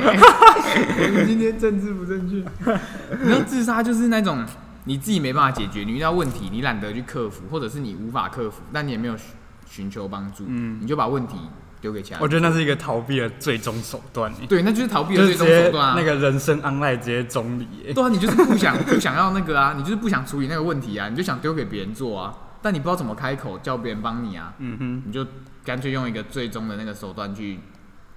Speaker 1: 我们今天政治不正确。 你知道自杀就是那种你自己没办法解决，你遇到问题你懒得去克服，或者是你无法克服，但你也没有寻寻求帮助，
Speaker 2: 嗯
Speaker 1: 你就把问题丢给其他
Speaker 2: 我
Speaker 1: 人。
Speaker 2: 觉得那是一个逃避的最终手段欸，
Speaker 1: 对，那就是逃避的
Speaker 2: 就
Speaker 1: 最
Speaker 2: 是直
Speaker 1: 终
Speaker 2: 接
Speaker 1: 手段啊。
Speaker 2: 那个人生 online 直接中离欸。
Speaker 1: 对啊，你就是不想不想要那个啊，你就是不想处理那个问题啊，你就想丢给别人做啊，但你不知道怎么开口叫别人帮你啊，
Speaker 2: 嗯哼，
Speaker 1: 你就干脆用一个最终的那个手段去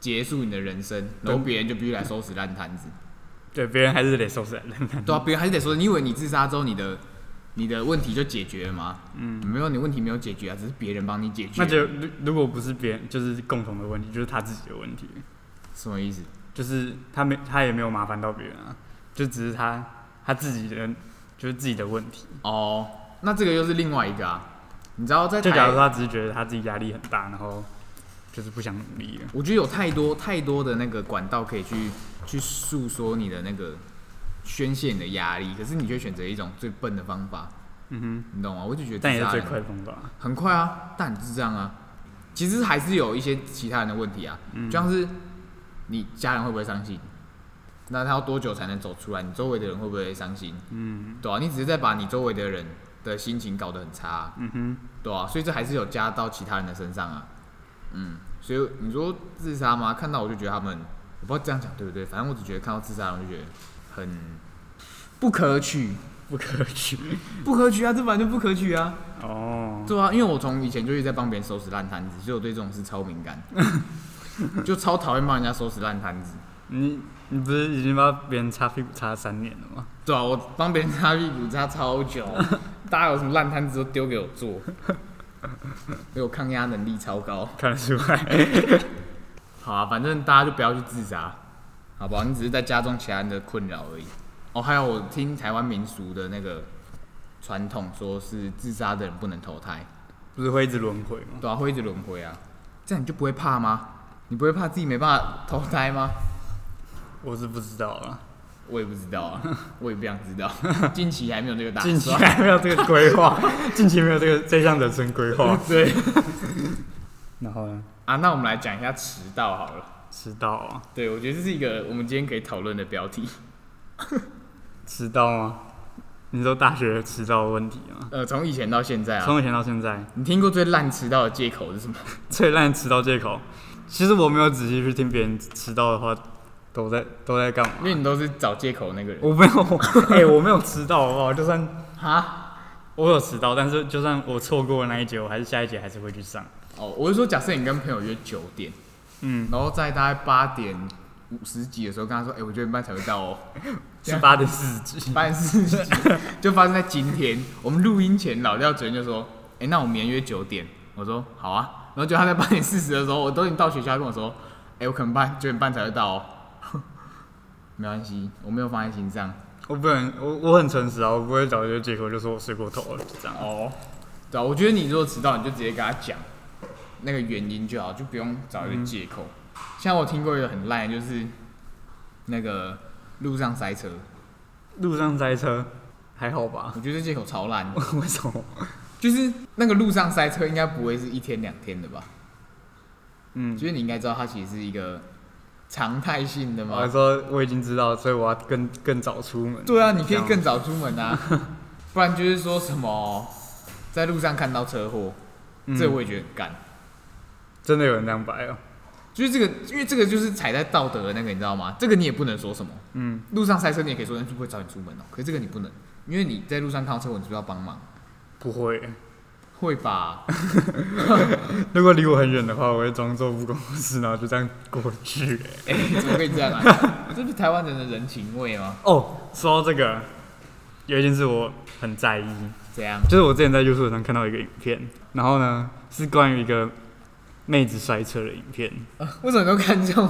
Speaker 1: 结束你的人生，然后别人就必须来收拾烂摊子。
Speaker 2: 对，别人还是得收拾人。
Speaker 1: 对啊，别人还是得说，你以为你自杀之后，你的你的问题就解决了吗？
Speaker 2: 嗯，
Speaker 1: 没有，你问题没有解决啊，只是别人帮你解决。
Speaker 2: 那就如如果不是别人，就是共同的问题，就是他自己的问题，
Speaker 1: 什么意思？
Speaker 2: 就是他没他也没有麻烦到别人啊，就只是他他自己的就是自己的问题。
Speaker 1: 哦，那这个又是另外一个啊。你知道在
Speaker 2: 就假
Speaker 1: 台
Speaker 2: 如说，他只是觉得他自己压力很大，然后就是不想努力了。
Speaker 1: 我觉得有太多太多的那个管道可以去去诉说你的那个宣泄你的压力，可是你却选择一种最笨的方法，
Speaker 2: 嗯哼，
Speaker 1: 你懂吗？我就觉得
Speaker 2: 但也
Speaker 1: 自
Speaker 2: 是
Speaker 1: 杀
Speaker 2: 最
Speaker 1: 很
Speaker 2: 快的方法。
Speaker 1: 很快啊，但就是这样啊。其实还是有一些其他人的问题啊，就像是你家人会不会伤心，那他要多久才能走出来？你周围的人会不会伤心？
Speaker 2: 嗯
Speaker 1: 对啊，你只是在把你周围的人的心情搞得很差啊、
Speaker 2: 嗯哼，
Speaker 1: 对啊，所以这还是有加到其他人的身上啊。嗯，所以你说自杀吗？看到我就觉得他们，我不知道这样讲对不对，反正我只觉得看到自杀，我就觉得很不可取，
Speaker 2: 不可取。
Speaker 1: 不可取啊，这本来就不可取啊。
Speaker 2: 哦，
Speaker 1: 对啊，因为我从以前就一直在帮别人收拾烂摊子，所以我对这种事超敏感， 就超讨厌帮人家收拾烂摊子。
Speaker 2: 你你不是已经帮别人擦屁股擦三年了吗？
Speaker 1: 对啊，我帮别人擦屁股擦超久， 大家有什么烂摊子都丢给我做，因为我抗压能力超高。
Speaker 2: 看得出来。
Speaker 1: 好啊，反正大家就不要去自杀，好不好？你只是在加重其他人的困扰而已。哦，还有我听台湾民俗的那个传统，说是自杀的人不能投胎，
Speaker 2: 不是会一直轮回吗？
Speaker 1: 对啊，会一直轮回啊，这样你就不会怕吗？你不会怕自己没办法投胎吗？
Speaker 2: 我是不知道啦，
Speaker 1: 我也不知道啊， 我也不想知 道。近期还没有这个打算。
Speaker 2: 近期还没有这个规划，近期没有这个这项人生规划。
Speaker 1: 对
Speaker 2: 然后呢，
Speaker 1: 啊，那我们来讲一下迟到好了。
Speaker 2: 迟到啊？
Speaker 1: 对，我觉得这是一个我们今天可以讨论的标 题。
Speaker 2: 迟到吗？你说大学迟到的问题吗？
Speaker 1: 呃，从以前到现在啊，
Speaker 2: 从以前到现在，
Speaker 1: 你听过最烂迟到的借口是什么？
Speaker 2: 最烂的迟到借口，其实我没有仔细去听别人迟到的话，都在都在干嘛
Speaker 1: 因？为你都是找借口的那个人。
Speaker 2: 我没有， 哎、我没有迟到好不好？就算
Speaker 1: 哈，
Speaker 2: 我有迟到，但是就算我错过了那一节，我还是下一节还是会去上。
Speaker 1: 哦，我是说，假设你跟朋友约九点，
Speaker 2: 嗯，
Speaker 1: 然后在大概八点五十几的时候跟他说，哎、我九点半才会到哦，
Speaker 2: 是八点四啊十几。
Speaker 1: 八点四十几， 就发生在今天。我们录音前，老廖昨天就说，哎、那我们明天约九点，我说好啊，然后就他在八点四十的时候，我都已经到学校，他跟我说，哎、我可能八九点半才会到哦， 没关系，我没有放在心上。
Speaker 2: 我不能，我我很诚实啊，我不会找一个借口就说我睡过头了，就这样。
Speaker 1: 哦，对啊，我觉得你如果迟到，你就直接跟他讲那个原因就好，就不用找一个借口。像我听过一个很烂，的就是那个路上塞车，
Speaker 2: 路上塞车还好吧？
Speaker 1: 我觉得这借口超烂的，
Speaker 2: 为什么？
Speaker 1: 就是那个路上塞车应该不会是一天两天的吧？
Speaker 2: 嗯，
Speaker 1: 就是你应该知道它其实是一个常态性的
Speaker 2: 我
Speaker 1: 嘛。
Speaker 2: 说我已经知道，所以我要更更早出门。
Speaker 1: 对啊，你可以更早出门 啊，不然就是说什么在路上看到车祸，
Speaker 2: 嗯
Speaker 1: 这我也觉得很干。
Speaker 2: 真的有人这样摆哦。
Speaker 1: 就是这个，因为这个就是踩在道德的那个，你知道吗？这个你也不能说什么。
Speaker 2: 嗯，
Speaker 1: 路上塞车你也可以说，那就不会找你出门哦、可是这个你不能，因为你在路上看到车，你是不是要帮忙？
Speaker 2: 不会，
Speaker 1: 会吧？
Speaker 2: 如果离我很远的话，我会装作不公事，然后就这样过去、欸
Speaker 1: 哎、怎么可以这样啊？ 这不是台湾人的人情味吗？
Speaker 2: 哦，说到这个，有一件事我很在意，
Speaker 1: 这样，
Speaker 2: 就是我之前在 YouTube 上看到一个影片，然后呢是关于一个妹子摔车的影片，
Speaker 1: 为什么你都看这种？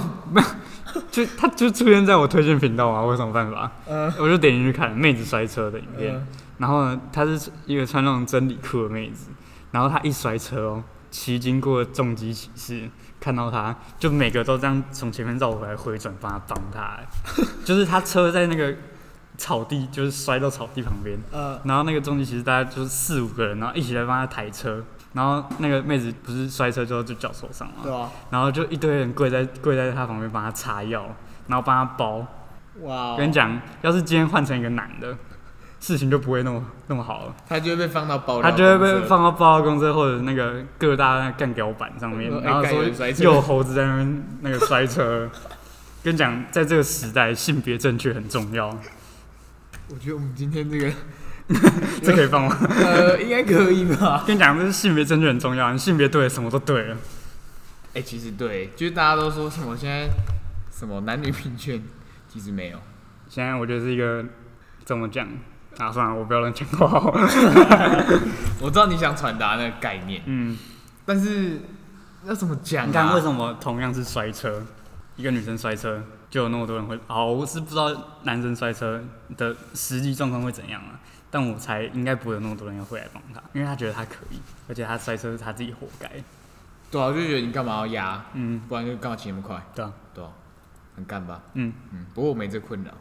Speaker 2: 就它就出现在我推荐频道啊，我有什么办法？
Speaker 1: 呃，
Speaker 2: 我就点进去看妹子摔车的影片，
Speaker 1: 呃
Speaker 2: 然后呢，她是一个穿那种真理裤的妹子，然后她一摔车哦，骑经过重机骑士看到她，就每个都这样从前面绕回来回转帮她帮她，哎就是她车在那个草地，就是摔到草地旁边，
Speaker 1: 呃，
Speaker 2: 然后那个重机其实大家就是四五个人，然后一起来帮他抬车。然后那个妹子不是摔车之后就脚受伤
Speaker 1: 对啊
Speaker 2: 嘛，
Speaker 1: 吧？
Speaker 2: 然后就一堆人跪在跪在他旁边帮他擦药，然后帮他包。
Speaker 1: 哇哦、
Speaker 2: 跟你讲，要是今天换成一个男的，事情就不会那么那么好了，
Speaker 1: 他就会被放到爆料
Speaker 2: 他
Speaker 1: 公
Speaker 2: 就
Speaker 1: 社，
Speaker 2: 会被放到报告公司或者那个各大那个干掉板上面
Speaker 1: 说，哎
Speaker 2: 然后
Speaker 1: 干有
Speaker 2: 说
Speaker 1: 人摔车
Speaker 2: 又有猴子在那边那个摔车。跟你讲，在这个时代，性别正确很重要，
Speaker 1: 我觉得我们今天这 个，
Speaker 2: 这可以放吗？
Speaker 1: 呃，应该可以吧？
Speaker 2: 跟你讲，就是性别正确很重要，你性别对了，什么都对了。
Speaker 1: 哎、其实对，就是大家都说什么现在什么男女平权，其实没有。
Speaker 2: 现在我觉得是一个怎么讲啊？算了，我不要乱讲 话。
Speaker 1: 我知道你想传达那个概念，
Speaker 2: 嗯，
Speaker 1: 但是要怎么讲、啊？
Speaker 2: 你看为什么同样是摔车，一个女生摔车就有那么多人会？好，我是不知道男生摔车的实际状况会怎样啊，但我猜应该不会有那么多人要会来帮他，因为他觉得他可以，而且他摔车是他自己活该。
Speaker 1: 对啊，我就觉得你干嘛要压？
Speaker 2: 嗯，
Speaker 1: 不然就干嘛骑那么快？
Speaker 2: 对啊，
Speaker 1: 对啊，很干吧？
Speaker 2: 嗯，
Speaker 1: 嗯，不过我没这困扰，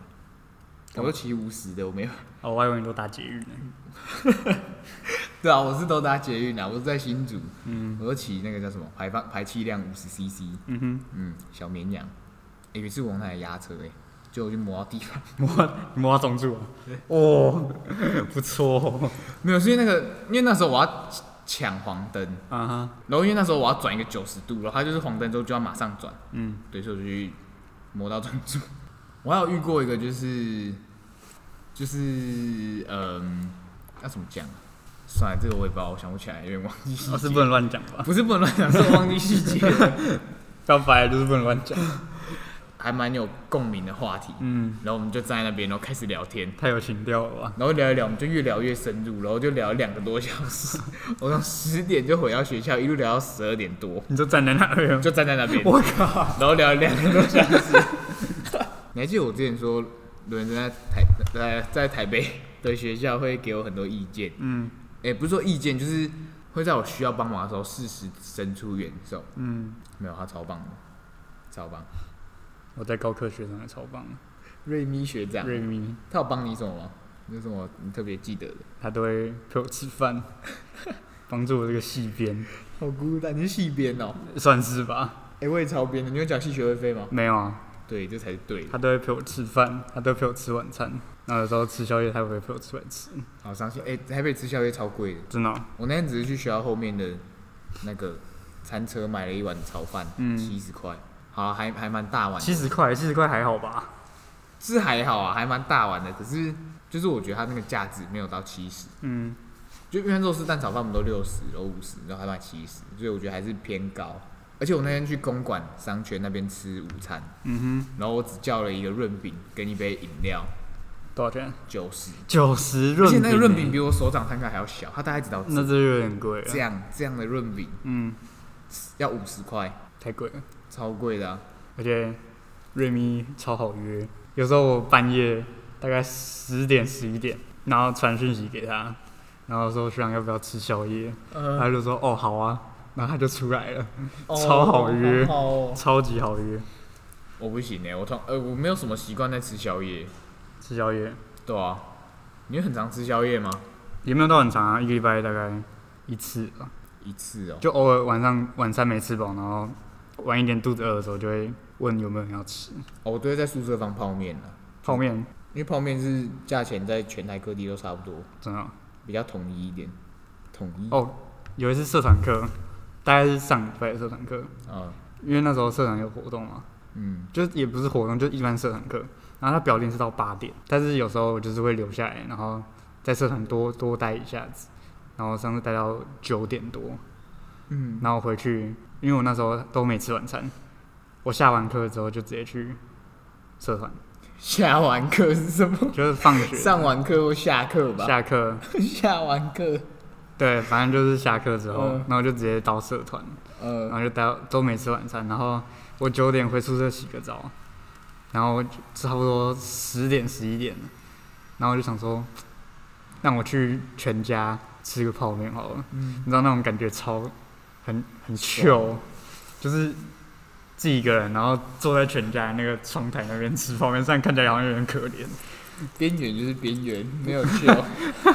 Speaker 1: 我都骑无时的，我没有。
Speaker 2: 哦，我还以为你都打捷运呢。
Speaker 1: 对啊，我是都搭捷运啊，我是在新竹，
Speaker 2: 嗯
Speaker 1: 我都骑那个叫什么排放排气量五十 CC，
Speaker 2: 嗯哼，
Speaker 1: 嗯，小绵羊。欸有一次我用它来压车、欸，哎，就我就磨到地板，
Speaker 2: 摸摸他中柱啊，哦，不错哦，
Speaker 1: 没有，是因为那个，因为那时候我要抢黄灯，
Speaker 2: 啊哈，
Speaker 1: 然后因为那时候我要转一个九十度，然后它就是黄灯之后就要马上转，
Speaker 2: 嗯，
Speaker 1: 对，所以我就去磨到专注。 我还有遇过一个、就是，就是嗯，要怎么讲啊？算了，这个我也不知道，我想不起来，有点忘 记细节。
Speaker 2: 我哦是不能乱讲吧？
Speaker 1: 不是不能乱讲，是我忘记细节 了，
Speaker 2: 要白就是不能乱讲。
Speaker 1: 还蛮有共鸣的话题。
Speaker 2: 嗯，
Speaker 1: 然后我们就站在那边，然后开始聊天，
Speaker 2: 太有情调了吧？
Speaker 1: 然后聊一聊，我们就越聊越深入，然后就聊了两个多小时。 我从十点就回到学校，一路聊到十二点多，
Speaker 2: 你就站在那里，
Speaker 1: 就站在那边，
Speaker 2: 我靠！
Speaker 1: 然后聊了两个多小时。 你还记得我之前说，伦敦在台在在台北的学校会给我很多意见，
Speaker 2: 嗯
Speaker 1: 哎、不是说意见，就是会在我需要帮忙的时候适时伸出援手。
Speaker 2: 嗯，
Speaker 1: 没有，他超棒的，超棒。
Speaker 2: 我在高科学上也超棒，
Speaker 1: 瑞咪学长，
Speaker 2: 瑞咪
Speaker 1: 他有帮你什么吗？有什么你特别记得的？
Speaker 2: 他都会陪我吃饭， 帮助我这个戏编，
Speaker 1: 好孤单，你是戏编哦。
Speaker 2: 算是吧？
Speaker 1: 哎、我也超编的，你有缴戏学会费吗？
Speaker 2: 没有啊，
Speaker 1: 对，这才是对的。
Speaker 2: 他都会陪我吃饭，他都会陪我吃晚餐，然后有时候吃宵夜他也会陪我出来吃，
Speaker 1: 好伤心。哎、台北吃宵夜超贵的，
Speaker 2: 真的哦、
Speaker 1: 我那天只是去学校后面的那个餐车买了一碗炒饭，
Speaker 2: 嗯
Speaker 1: 七十块，好、啊，还还蛮大碗的，
Speaker 2: 七十块，七十块还好吧？
Speaker 1: 是还好啊，还蛮大碗的，可是就是我觉得它那个价值没有到七十，
Speaker 2: 嗯，
Speaker 1: 就一般肉丝蛋炒饭我们都六十，然后五十，然后还买七十，所以我觉得还是偏高。而且我那天去公馆商圈那边吃午餐，
Speaker 2: 嗯
Speaker 1: 然后我只叫了一个润饼跟一杯饮料，
Speaker 2: 哼，多少钱？
Speaker 1: 九十，
Speaker 2: 九十
Speaker 1: 而
Speaker 2: 润
Speaker 1: 且
Speaker 2: 饼欸，
Speaker 1: 那个润饼比我手掌摊开还要小，它大概只到
Speaker 2: 那
Speaker 1: 这
Speaker 2: 这就有点贵
Speaker 1: 这
Speaker 2: 了，
Speaker 1: 样这样的润饼
Speaker 2: 嗯，
Speaker 1: 要五十块，
Speaker 2: 太贵了。
Speaker 1: 超贵的、啊。
Speaker 2: 而且瑞咪超好约，有时候我半夜大概十点十一点，然后传讯息给他，然后说学长要不要吃宵夜，
Speaker 1: 呃哦
Speaker 2: 他就说哦好啊，然后他就出来了，超好约
Speaker 1: 好好哦
Speaker 2: 超级好约，
Speaker 1: 我不行哎、我通呃我没有什么习惯在吃宵夜，
Speaker 2: 吃宵夜
Speaker 1: 对啊，你会很常吃宵夜吗？
Speaker 2: 也没有到很长啊，一个礼拜大概一次吧，
Speaker 1: 一次哦、
Speaker 2: 就偶尔晚上晚餐没吃饱，然后晚一点肚子饿的时候就会问有没有人要吃
Speaker 1: 哦，我都会在宿舍放泡面了，
Speaker 2: 泡面，
Speaker 1: 因为泡面是价钱在全台各地都差不多，
Speaker 2: 真的
Speaker 1: 比较统一一点，统一。
Speaker 2: 哦，有一次社团课，大概是上礼拜的社团课，
Speaker 1: 啊，
Speaker 2: 因为那时候社团有活动嘛。
Speaker 1: 嗯，
Speaker 2: 就是也不是活动，就一般社团课。然后他表定是到八点，但是有时候我就是会留下来，然后在社团多多待一下子。然后上次待到九点多，
Speaker 1: 嗯，
Speaker 2: 然后回去，因为我那时候都没吃晚餐，我下完课之后就直接去 社团，
Speaker 1: 下完课是什 么？
Speaker 2: 就是放学
Speaker 1: 上完课或下课吧？
Speaker 2: 下课，
Speaker 1: 下完课，
Speaker 2: 对，反正就是下课之后，
Speaker 1: 嗯
Speaker 2: 然后就直接到社团，然
Speaker 1: 呃，
Speaker 2: 后就待到都没吃晚餐，然后我九点回宿舍洗个澡，然后就差不多十点十一点了，然后我就想说，让我去全家吃个泡面好了，
Speaker 1: 嗯
Speaker 2: 你知道那种感觉超很很 chill，就是自己一个人，然后坐在全家那个窗台那边吃泡面，虽然看起来好像有点可怜，
Speaker 1: 边缘就是边缘，没有哦 秀。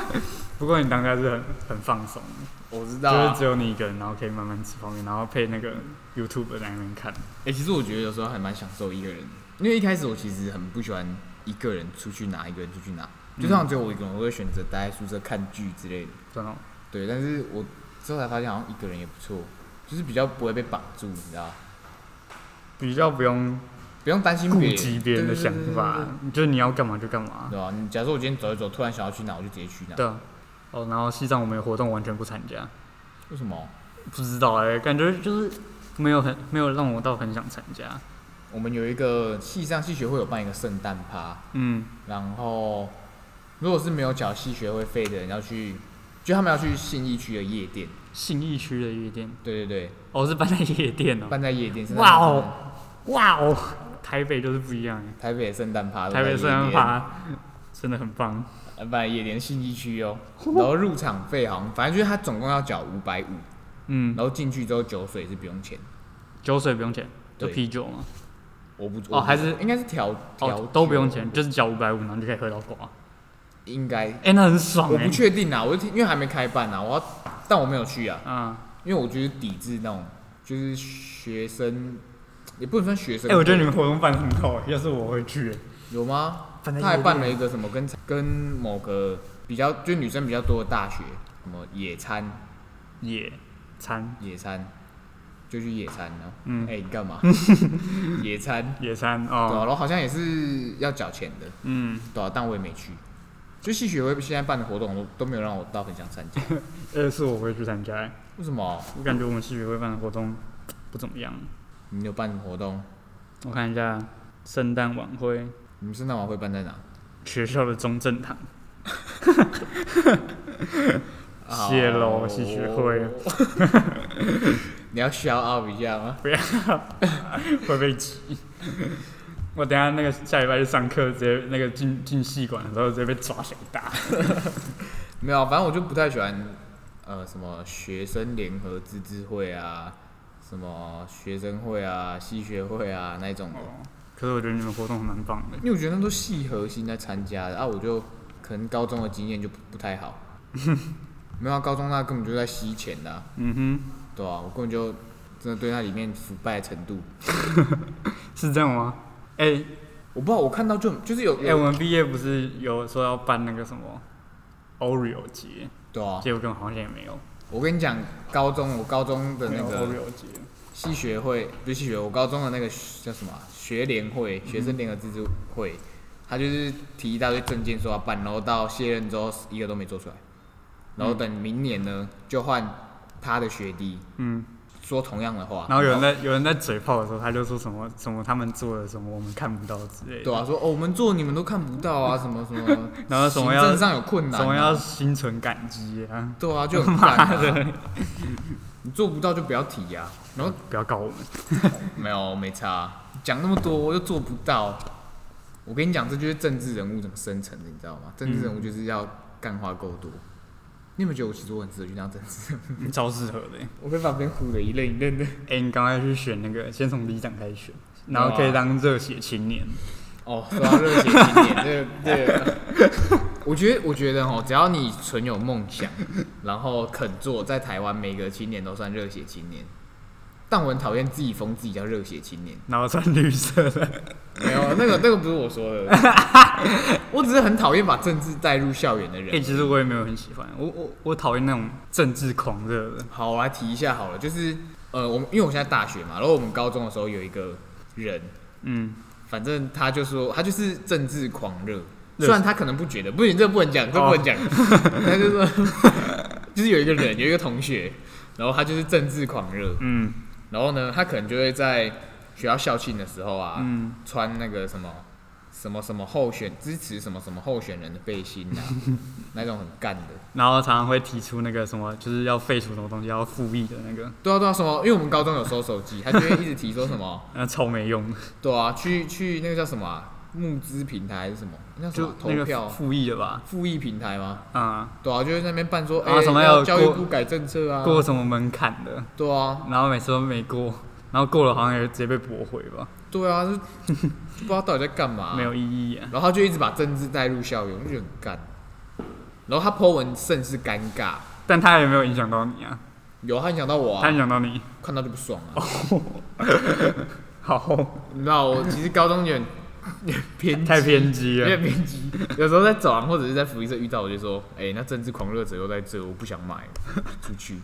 Speaker 2: 不过你当下是很很放松的。
Speaker 1: 我知道、
Speaker 2: 就
Speaker 1: 啊
Speaker 2: 是只，有你一个人，然后可以慢慢吃泡面，然后配那个 YouTube 在那边看。
Speaker 1: 哎、其实我觉得有时候还蛮享受一个人，因为一开始我其实很不喜欢一个人出去拿，一个人出去拿，就算只有我一个人，我会选择待在宿舍看剧之类的。
Speaker 2: 真的哦，
Speaker 1: 对，但是我之后才发现好像一个人也不错，就是比较不会被绑住，你知道吗，
Speaker 2: 比较不用
Speaker 1: 不用担心
Speaker 2: 顾
Speaker 1: 别人
Speaker 2: 及别人的想法，，就是你要干嘛就干嘛
Speaker 1: 对对对对对。对吧、你假设我今天走一走，突然想要去哪，我就直接去哪。
Speaker 2: 对啊，哦，然后西藏我们有活动完全不参加，
Speaker 1: 为什么？
Speaker 2: 不知道哎、感觉就是没有很没有让我到很想参加。
Speaker 1: 我们有一个系上系学会有办一个圣诞趴，
Speaker 2: 嗯，
Speaker 1: 然后如果是没有缴系学会费的人要去，就他们要去信义区的夜店，
Speaker 2: 信义区的夜店，
Speaker 1: 对对对，
Speaker 2: 哦，是办在夜店哦。
Speaker 1: 办在夜店。圣诞
Speaker 2: 哇
Speaker 1: 趴
Speaker 2: 哦，哇哦，台北就是不一样哎，
Speaker 1: 台北的圣诞趴都在
Speaker 2: 台
Speaker 1: 夜店，
Speaker 2: 北虽然爬真的很棒。
Speaker 1: 呃，办在夜店信义区 哦，然后入场费好像反正就是他总共要缴五百五，
Speaker 2: 嗯
Speaker 1: 然，后进去之后酒水是不用钱，
Speaker 2: 酒水不用钱，就
Speaker 1: 对
Speaker 2: 啤酒嘛。
Speaker 1: 我不
Speaker 2: 哦还是
Speaker 1: 应该是调调
Speaker 2: 哦，都不用
Speaker 1: 酒
Speaker 2: 钱，就是交五百五，然后就可以喝到挂。
Speaker 1: 应该
Speaker 2: 哎、那很爽
Speaker 1: 我
Speaker 2: 哎、
Speaker 1: 不确定啊，我就听因为还没开办啊，我要但我没有去啊，
Speaker 2: 嗯，
Speaker 1: 因为我就是抵制那种就是学生，也不能算学
Speaker 2: 哎、
Speaker 1: 生，
Speaker 2: 我觉得你们活动办得很好、欸，要是我会去、欸。
Speaker 1: 有吗？
Speaker 2: 反正啊
Speaker 1: 他还
Speaker 2: 有
Speaker 1: 办了一个什么跟跟某个比较就女生比较多的大学什么野餐
Speaker 2: 野餐，
Speaker 1: 野餐，就去野餐呢、啊。
Speaker 2: 嗯
Speaker 1: 哎、你 干嘛？野餐。
Speaker 2: 野餐
Speaker 1: 对、啊，
Speaker 2: 哦，
Speaker 1: 然后好像也是要缴钱的，
Speaker 2: 嗯，
Speaker 1: 对、啊，但我也没去。就戏学会现在办的活动都都没有让我到很想参 加，
Speaker 2: 呃，是我会去参加、欸。
Speaker 1: 为什么？
Speaker 2: 我感觉我们系学会办的活动不怎么样。
Speaker 1: 你有办什么活动？
Speaker 2: 我看一下，圣诞晚会，
Speaker 1: 你们圣诞晚会办在哪？
Speaker 2: 学校的中正堂，
Speaker 1: 哦
Speaker 2: 谢喽戏学会。
Speaker 1: 你要消傲一下吗？
Speaker 2: 会被挤。 我等一下那个下礼拜去上课，直接那个进进系馆的时候直接被抓起来打。
Speaker 1: 没有啊，反正我就不太喜欢，呃，什么学生联合自治会啊，什么学生会啊、系学会啊那一种的，
Speaker 2: 哦，可是我觉得你们活动还蛮棒的。
Speaker 1: 因为我觉得那都系核心在参加的啊，我就可能高中的经验就不不太 好，没有、啊，高中那根本就在吸钱的、啊，
Speaker 2: 嗯哼。
Speaker 1: 对啊，我根本就真的对那里面腐败的程度，
Speaker 2: 是这样吗？哎、
Speaker 1: 我不知道，我看到就就是有，
Speaker 2: 哎、我们毕业不是有说要办那个什么 Oreo 节，
Speaker 1: 对啊，
Speaker 2: 结果根本好像也没有。
Speaker 1: 我跟你讲，高中我高中的
Speaker 2: 没
Speaker 1: 那
Speaker 2: 有
Speaker 1: 个
Speaker 2: Oreo 节，
Speaker 1: 系学会不是系学会，我高中的那个学叫什么啊、学联会，
Speaker 2: 嗯
Speaker 1: 学生联合自治会，他就是提一大堆证件说要办，然后到卸任之后一个都没做出来，然后等明年呢就换他的学弟
Speaker 2: 嗯，
Speaker 1: 说同样的话，
Speaker 2: 然后有人在有人在嘴炮的时候，他就说什么什么他们做了什么我们看不到之类的，，
Speaker 1: 对啊说哦我们做你们都看不到啊什么什么
Speaker 2: 然后什
Speaker 1: 行
Speaker 2: 么要
Speaker 1: 政上有困难、
Speaker 2: 什么
Speaker 1: 啊
Speaker 2: 要，心存感激啊，
Speaker 1: 对啊就 很烦、啊，你做不到就不要提呀、然后
Speaker 2: 不要搞我们。
Speaker 1: 没有，没差。讲那么多，我又做不到。我跟你讲，这就是政治人物怎么生成的，你知道吗？政治人物就是要干话够多。你有没有觉得我其实我很适合去当政治人物？
Speaker 2: 你超适合的、欸。
Speaker 1: 我被旁边唬得一愣一愣的。
Speaker 2: 哎、你赶快去选那个，先从里长开始选，然后
Speaker 1: 哇
Speaker 2: 可以当热血青年。
Speaker 1: 哦，说到热血青年，这个这 个，我觉得我觉得哦，只要你存有梦想，然后肯做，在台湾每个青年都算热血青年。但我很讨厌自己封自己叫热血青年。
Speaker 2: 然后穿绿色的，
Speaker 1: 没有，那个那个不是我说的，我只是很讨厌把政治带入校园的人
Speaker 2: 哎、。其实我也没有很喜欢，我我我讨厌那种政治狂热的，
Speaker 1: 好，我来提一下好了，就是呃，我们因为我现在大学嘛，然后我们高中的时候有一个人，
Speaker 2: 嗯，
Speaker 1: 反正他就说他就是政治狂热，
Speaker 2: 热
Speaker 1: 虽然他可能不觉得，不行，这不能讲，这不能讲，他就说就是有一个人，有一个同学，然后他就是政治狂热，
Speaker 2: 嗯
Speaker 1: 然后呢，他可能就会在学校校庆的时候啊，
Speaker 2: 嗯，
Speaker 1: 穿那个什么什么什么候选支持什么什么候选人的背心啊， 那种很干的。
Speaker 2: 然后常常会提出那个什么，就是要废除什么东西，要复议的那个，
Speaker 1: 对啊对啊，什么？因为我们高中有收手机，他就会一直提说什么，
Speaker 2: 那超没用的，
Speaker 1: 对啊，去去那个叫什么、啊、募资平台还是什么？那叫什么
Speaker 2: 就
Speaker 1: 啊、
Speaker 2: 那
Speaker 1: 投票
Speaker 2: 个
Speaker 1: 啊
Speaker 2: 复议的吧，
Speaker 1: 复议平台吗？
Speaker 2: 啊、
Speaker 1: 对啊，就会在那边办说，哎、
Speaker 2: 啊什么要
Speaker 1: 要教育
Speaker 2: 过
Speaker 1: 部改政策啊，
Speaker 2: 过什么门槛的，
Speaker 1: 对啊，
Speaker 2: 然后每次都没过，然后过了好像也直接被驳回吧，
Speaker 1: 对啊，就就 不知道到底在干嘛、
Speaker 2: 没有意义啊，
Speaker 1: 然后他就一直把政治带入校园，我就觉得很干。然后他 po 文甚是尴尬，
Speaker 2: 但他也没有影响到你啊，
Speaker 1: 有他影响到我
Speaker 2: 他
Speaker 1: 啊
Speaker 2: 影，响到你，
Speaker 1: 看到就不爽啊。
Speaker 2: 好，
Speaker 1: 你知道我其实高中有点有点偏
Speaker 2: 太
Speaker 1: 激
Speaker 2: 偏激
Speaker 1: 有
Speaker 2: 了
Speaker 1: 点，偏激，有时候在走廊或者是在福利社遇到，我就说，哎、那政治狂热者又在这，我不想买，出去。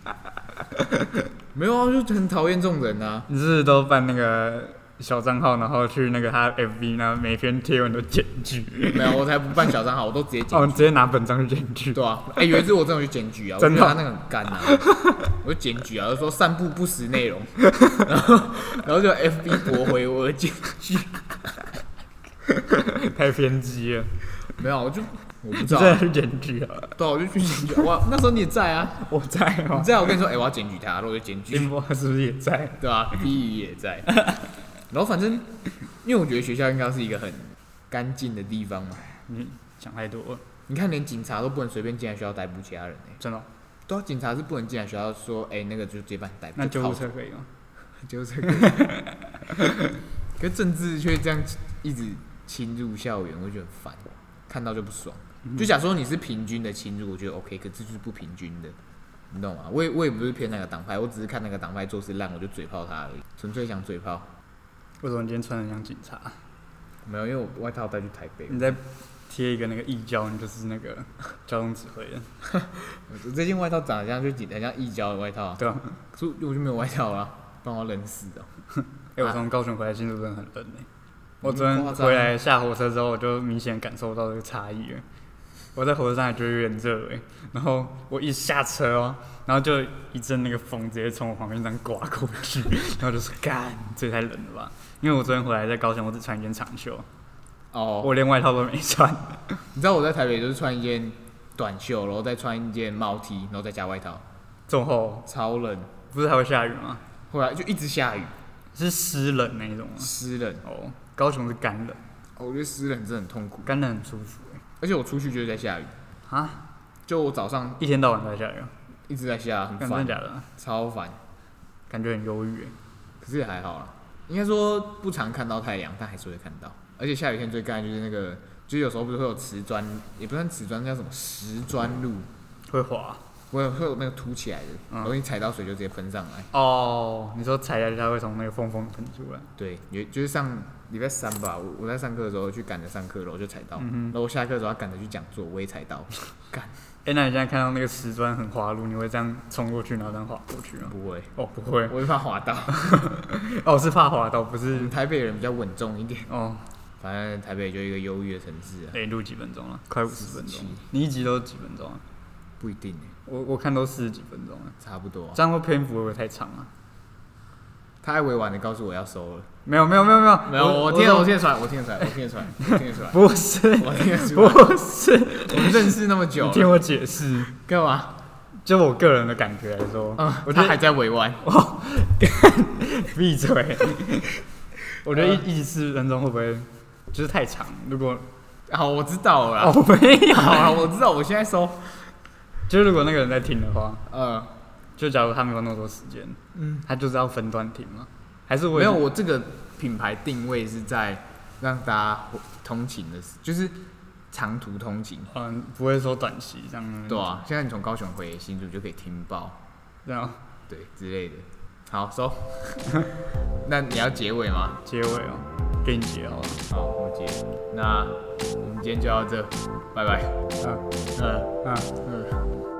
Speaker 1: 没有啊，就很讨厌这种人啊。
Speaker 2: 你是不是都办那个小账号，然后去那个他 FB 那每篇贴文都检举，
Speaker 1: 没有，啊我才不办小账号，我都直接检
Speaker 2: 哦，
Speaker 1: 举。
Speaker 2: 你直接拿本章去检举，
Speaker 1: 对啊，哎、有一次我真的去检举啊，我觉
Speaker 2: 真
Speaker 1: 得
Speaker 2: 的
Speaker 1: 他那个很干啊，我就检举啊，我就说散布不实内 容，然后然后就 FB 驳回我的检举，
Speaker 2: 太偏激了，
Speaker 1: 没有，我就我不
Speaker 2: 你
Speaker 1: 知道
Speaker 2: 真
Speaker 1: 啊、
Speaker 2: 的去检举啊？
Speaker 1: 对啊，我就去检举啊，哇，那时候你也在啊，
Speaker 2: 我在
Speaker 1: 你
Speaker 2: 哦，
Speaker 1: 在啊，我跟你说，哎、我要检举他，然后我就检举，
Speaker 2: 林波是不是也在？
Speaker 1: 对啊，碧宇也在。然后反正，因为我觉得学校应该是一个很干净的地方嘛。
Speaker 2: 你想太多了，
Speaker 1: 你看，连警察都不能随便进来学校逮捕其他人哎、
Speaker 2: 真的哦、
Speaker 1: 对啊，警察是不能进来学校说，哎、那个就直接把你逮捕。
Speaker 2: 那救护
Speaker 1: 铐
Speaker 2: 车可以吗？哦
Speaker 1: 就这个。可是政治却这样一直侵入校园，我觉得很烦，看到就不爽。就假说你是平均的侵入，我觉得 OK，可这就是不平均的，你懂吗？我也我也不是偏那个党派，我只是看那个党派做事烂，我就嘴炮他而已，纯粹想嘴炮。
Speaker 2: 为什么你今天穿的像警察？
Speaker 1: 没有，因为我外套带去台北。
Speaker 2: 你再贴一个那个义交，你就是那 个交通指挥人，
Speaker 1: 我这件外套长得像就紧很像义交的外套啊，
Speaker 2: 对吧、
Speaker 1: 所以我就没有外套啊， 帮我冷死哦、
Speaker 2: 哎、我从高雄回来，新竹真的很冷哎、我
Speaker 1: 嗯
Speaker 2: 昨天
Speaker 1: 夸张
Speaker 2: 回来下火车之后，我就明显感受到这个差异了。我在火车上还觉得有点热哎、然后我一下车哦、然后就一阵那个风直接从我旁边这样刮过去， 然后就是干，这太冷了吧？因为我昨天回来在高雄，我只穿一件长袖，
Speaker 1: 哦，
Speaker 2: 我连外套都没穿。
Speaker 1: 你知道我在台北就是穿一件短袖，然后再穿一件帽 T，然后再加外套，
Speaker 2: 这么厚，
Speaker 1: 超冷。
Speaker 2: 不是还会下雨吗？
Speaker 1: 后来就一直下雨，
Speaker 2: 是湿冷那一种吗？
Speaker 1: 湿冷。
Speaker 2: 哦，高雄是干冷，
Speaker 1: 嗯哦我觉得湿冷真的很痛苦，
Speaker 2: 干冷很舒服哎、
Speaker 1: 而且我出去就是在下雨，
Speaker 2: 啊，
Speaker 1: 就我早上
Speaker 2: 一天到晚都在下雨啊，
Speaker 1: 一直在下，
Speaker 2: 干
Speaker 1: 很
Speaker 2: 真的
Speaker 1: 烦，
Speaker 2: 假的？
Speaker 1: 超烦。
Speaker 2: 感觉很忧郁哎。
Speaker 1: 可是也还好啦，应该说不常看到太阳，但还是会看到。而且下雨天最干的就是那个，就是有时候不是会有瓷砖，也不算瓷砖，叫什么石砖路，
Speaker 2: 会滑啊
Speaker 1: 会有会有那个凸起来的，
Speaker 2: 嗯
Speaker 1: 然后你踩到水就直接喷上来。
Speaker 2: 哦。你说踩下去，它会从那个缝缝喷出来。
Speaker 1: 对，也就是上礼拜三吧，我我在上课的时候去赶着上课了，我就踩到，
Speaker 2: 嗯
Speaker 1: 然后我下课的时候要赶着去讲座，我也踩 到，
Speaker 2: 哎、那你现在看到那个石砖很滑路，你会这样冲过去，然后这样滑过去吗？
Speaker 1: 不会，
Speaker 2: 哦，不会，
Speaker 1: 我会怕滑到。
Speaker 2: 哦，是怕滑倒，不
Speaker 1: 我们
Speaker 2: 是。
Speaker 1: 台北人比较稳重一点，
Speaker 2: 哦，
Speaker 1: 反正台北就一个忧郁的城市啊，
Speaker 2: 哎、录几分钟了？快五十分钟
Speaker 1: 47。
Speaker 2: 你一集都几分钟啊？
Speaker 1: 不一定欸，
Speaker 2: 我我看都四十几分钟了，
Speaker 1: 差不多啊、
Speaker 2: 这样会篇幅会不会太长啊？
Speaker 1: 他还委婉的告诉我要收了，
Speaker 2: 没有没有没有没有
Speaker 1: 没有，我听得我
Speaker 2: 说
Speaker 1: 听得出来，我听得出来，我听得出来，我听得出来，
Speaker 2: 不是
Speaker 1: 我听得出来，
Speaker 2: 不是，
Speaker 1: 我们认识那么久
Speaker 2: 你
Speaker 1: 了，
Speaker 2: 听我解释。
Speaker 1: 干嘛？
Speaker 2: 就我个人的感觉来 说，
Speaker 1: 啊，
Speaker 2: 我觉
Speaker 1: 他还
Speaker 2: 得
Speaker 1: 在委婉，
Speaker 2: 闭 嘴。我觉得
Speaker 1: 呃
Speaker 2: 一一集四十分钟会不会就是太长？如果
Speaker 1: 好，我知道 了啦，
Speaker 2: 哦，没有
Speaker 1: 好了，我知道，我现在收，
Speaker 2: 就是如果那个人在听的话，
Speaker 1: 呃，
Speaker 2: 就假如他没有那么多时间，
Speaker 1: 嗯，
Speaker 2: 他就是要分段听嘛？还是我
Speaker 1: 没
Speaker 2: 也
Speaker 1: 有，我这个品牌定位是在让大家通勤的时，就是长途通勤，
Speaker 2: 嗯，不会说短期这样。
Speaker 1: 对，啊，现在你从高雄回新竹就可以听爆。
Speaker 2: 这样
Speaker 1: 对之类的。好， 收。那你要结尾吗？
Speaker 2: 结尾哦，给你结好了。
Speaker 1: 好，我结。那我们今天就到这，拜拜。
Speaker 2: 嗯
Speaker 1: 嗯。
Speaker 2: 嗯。
Speaker 1: 嗯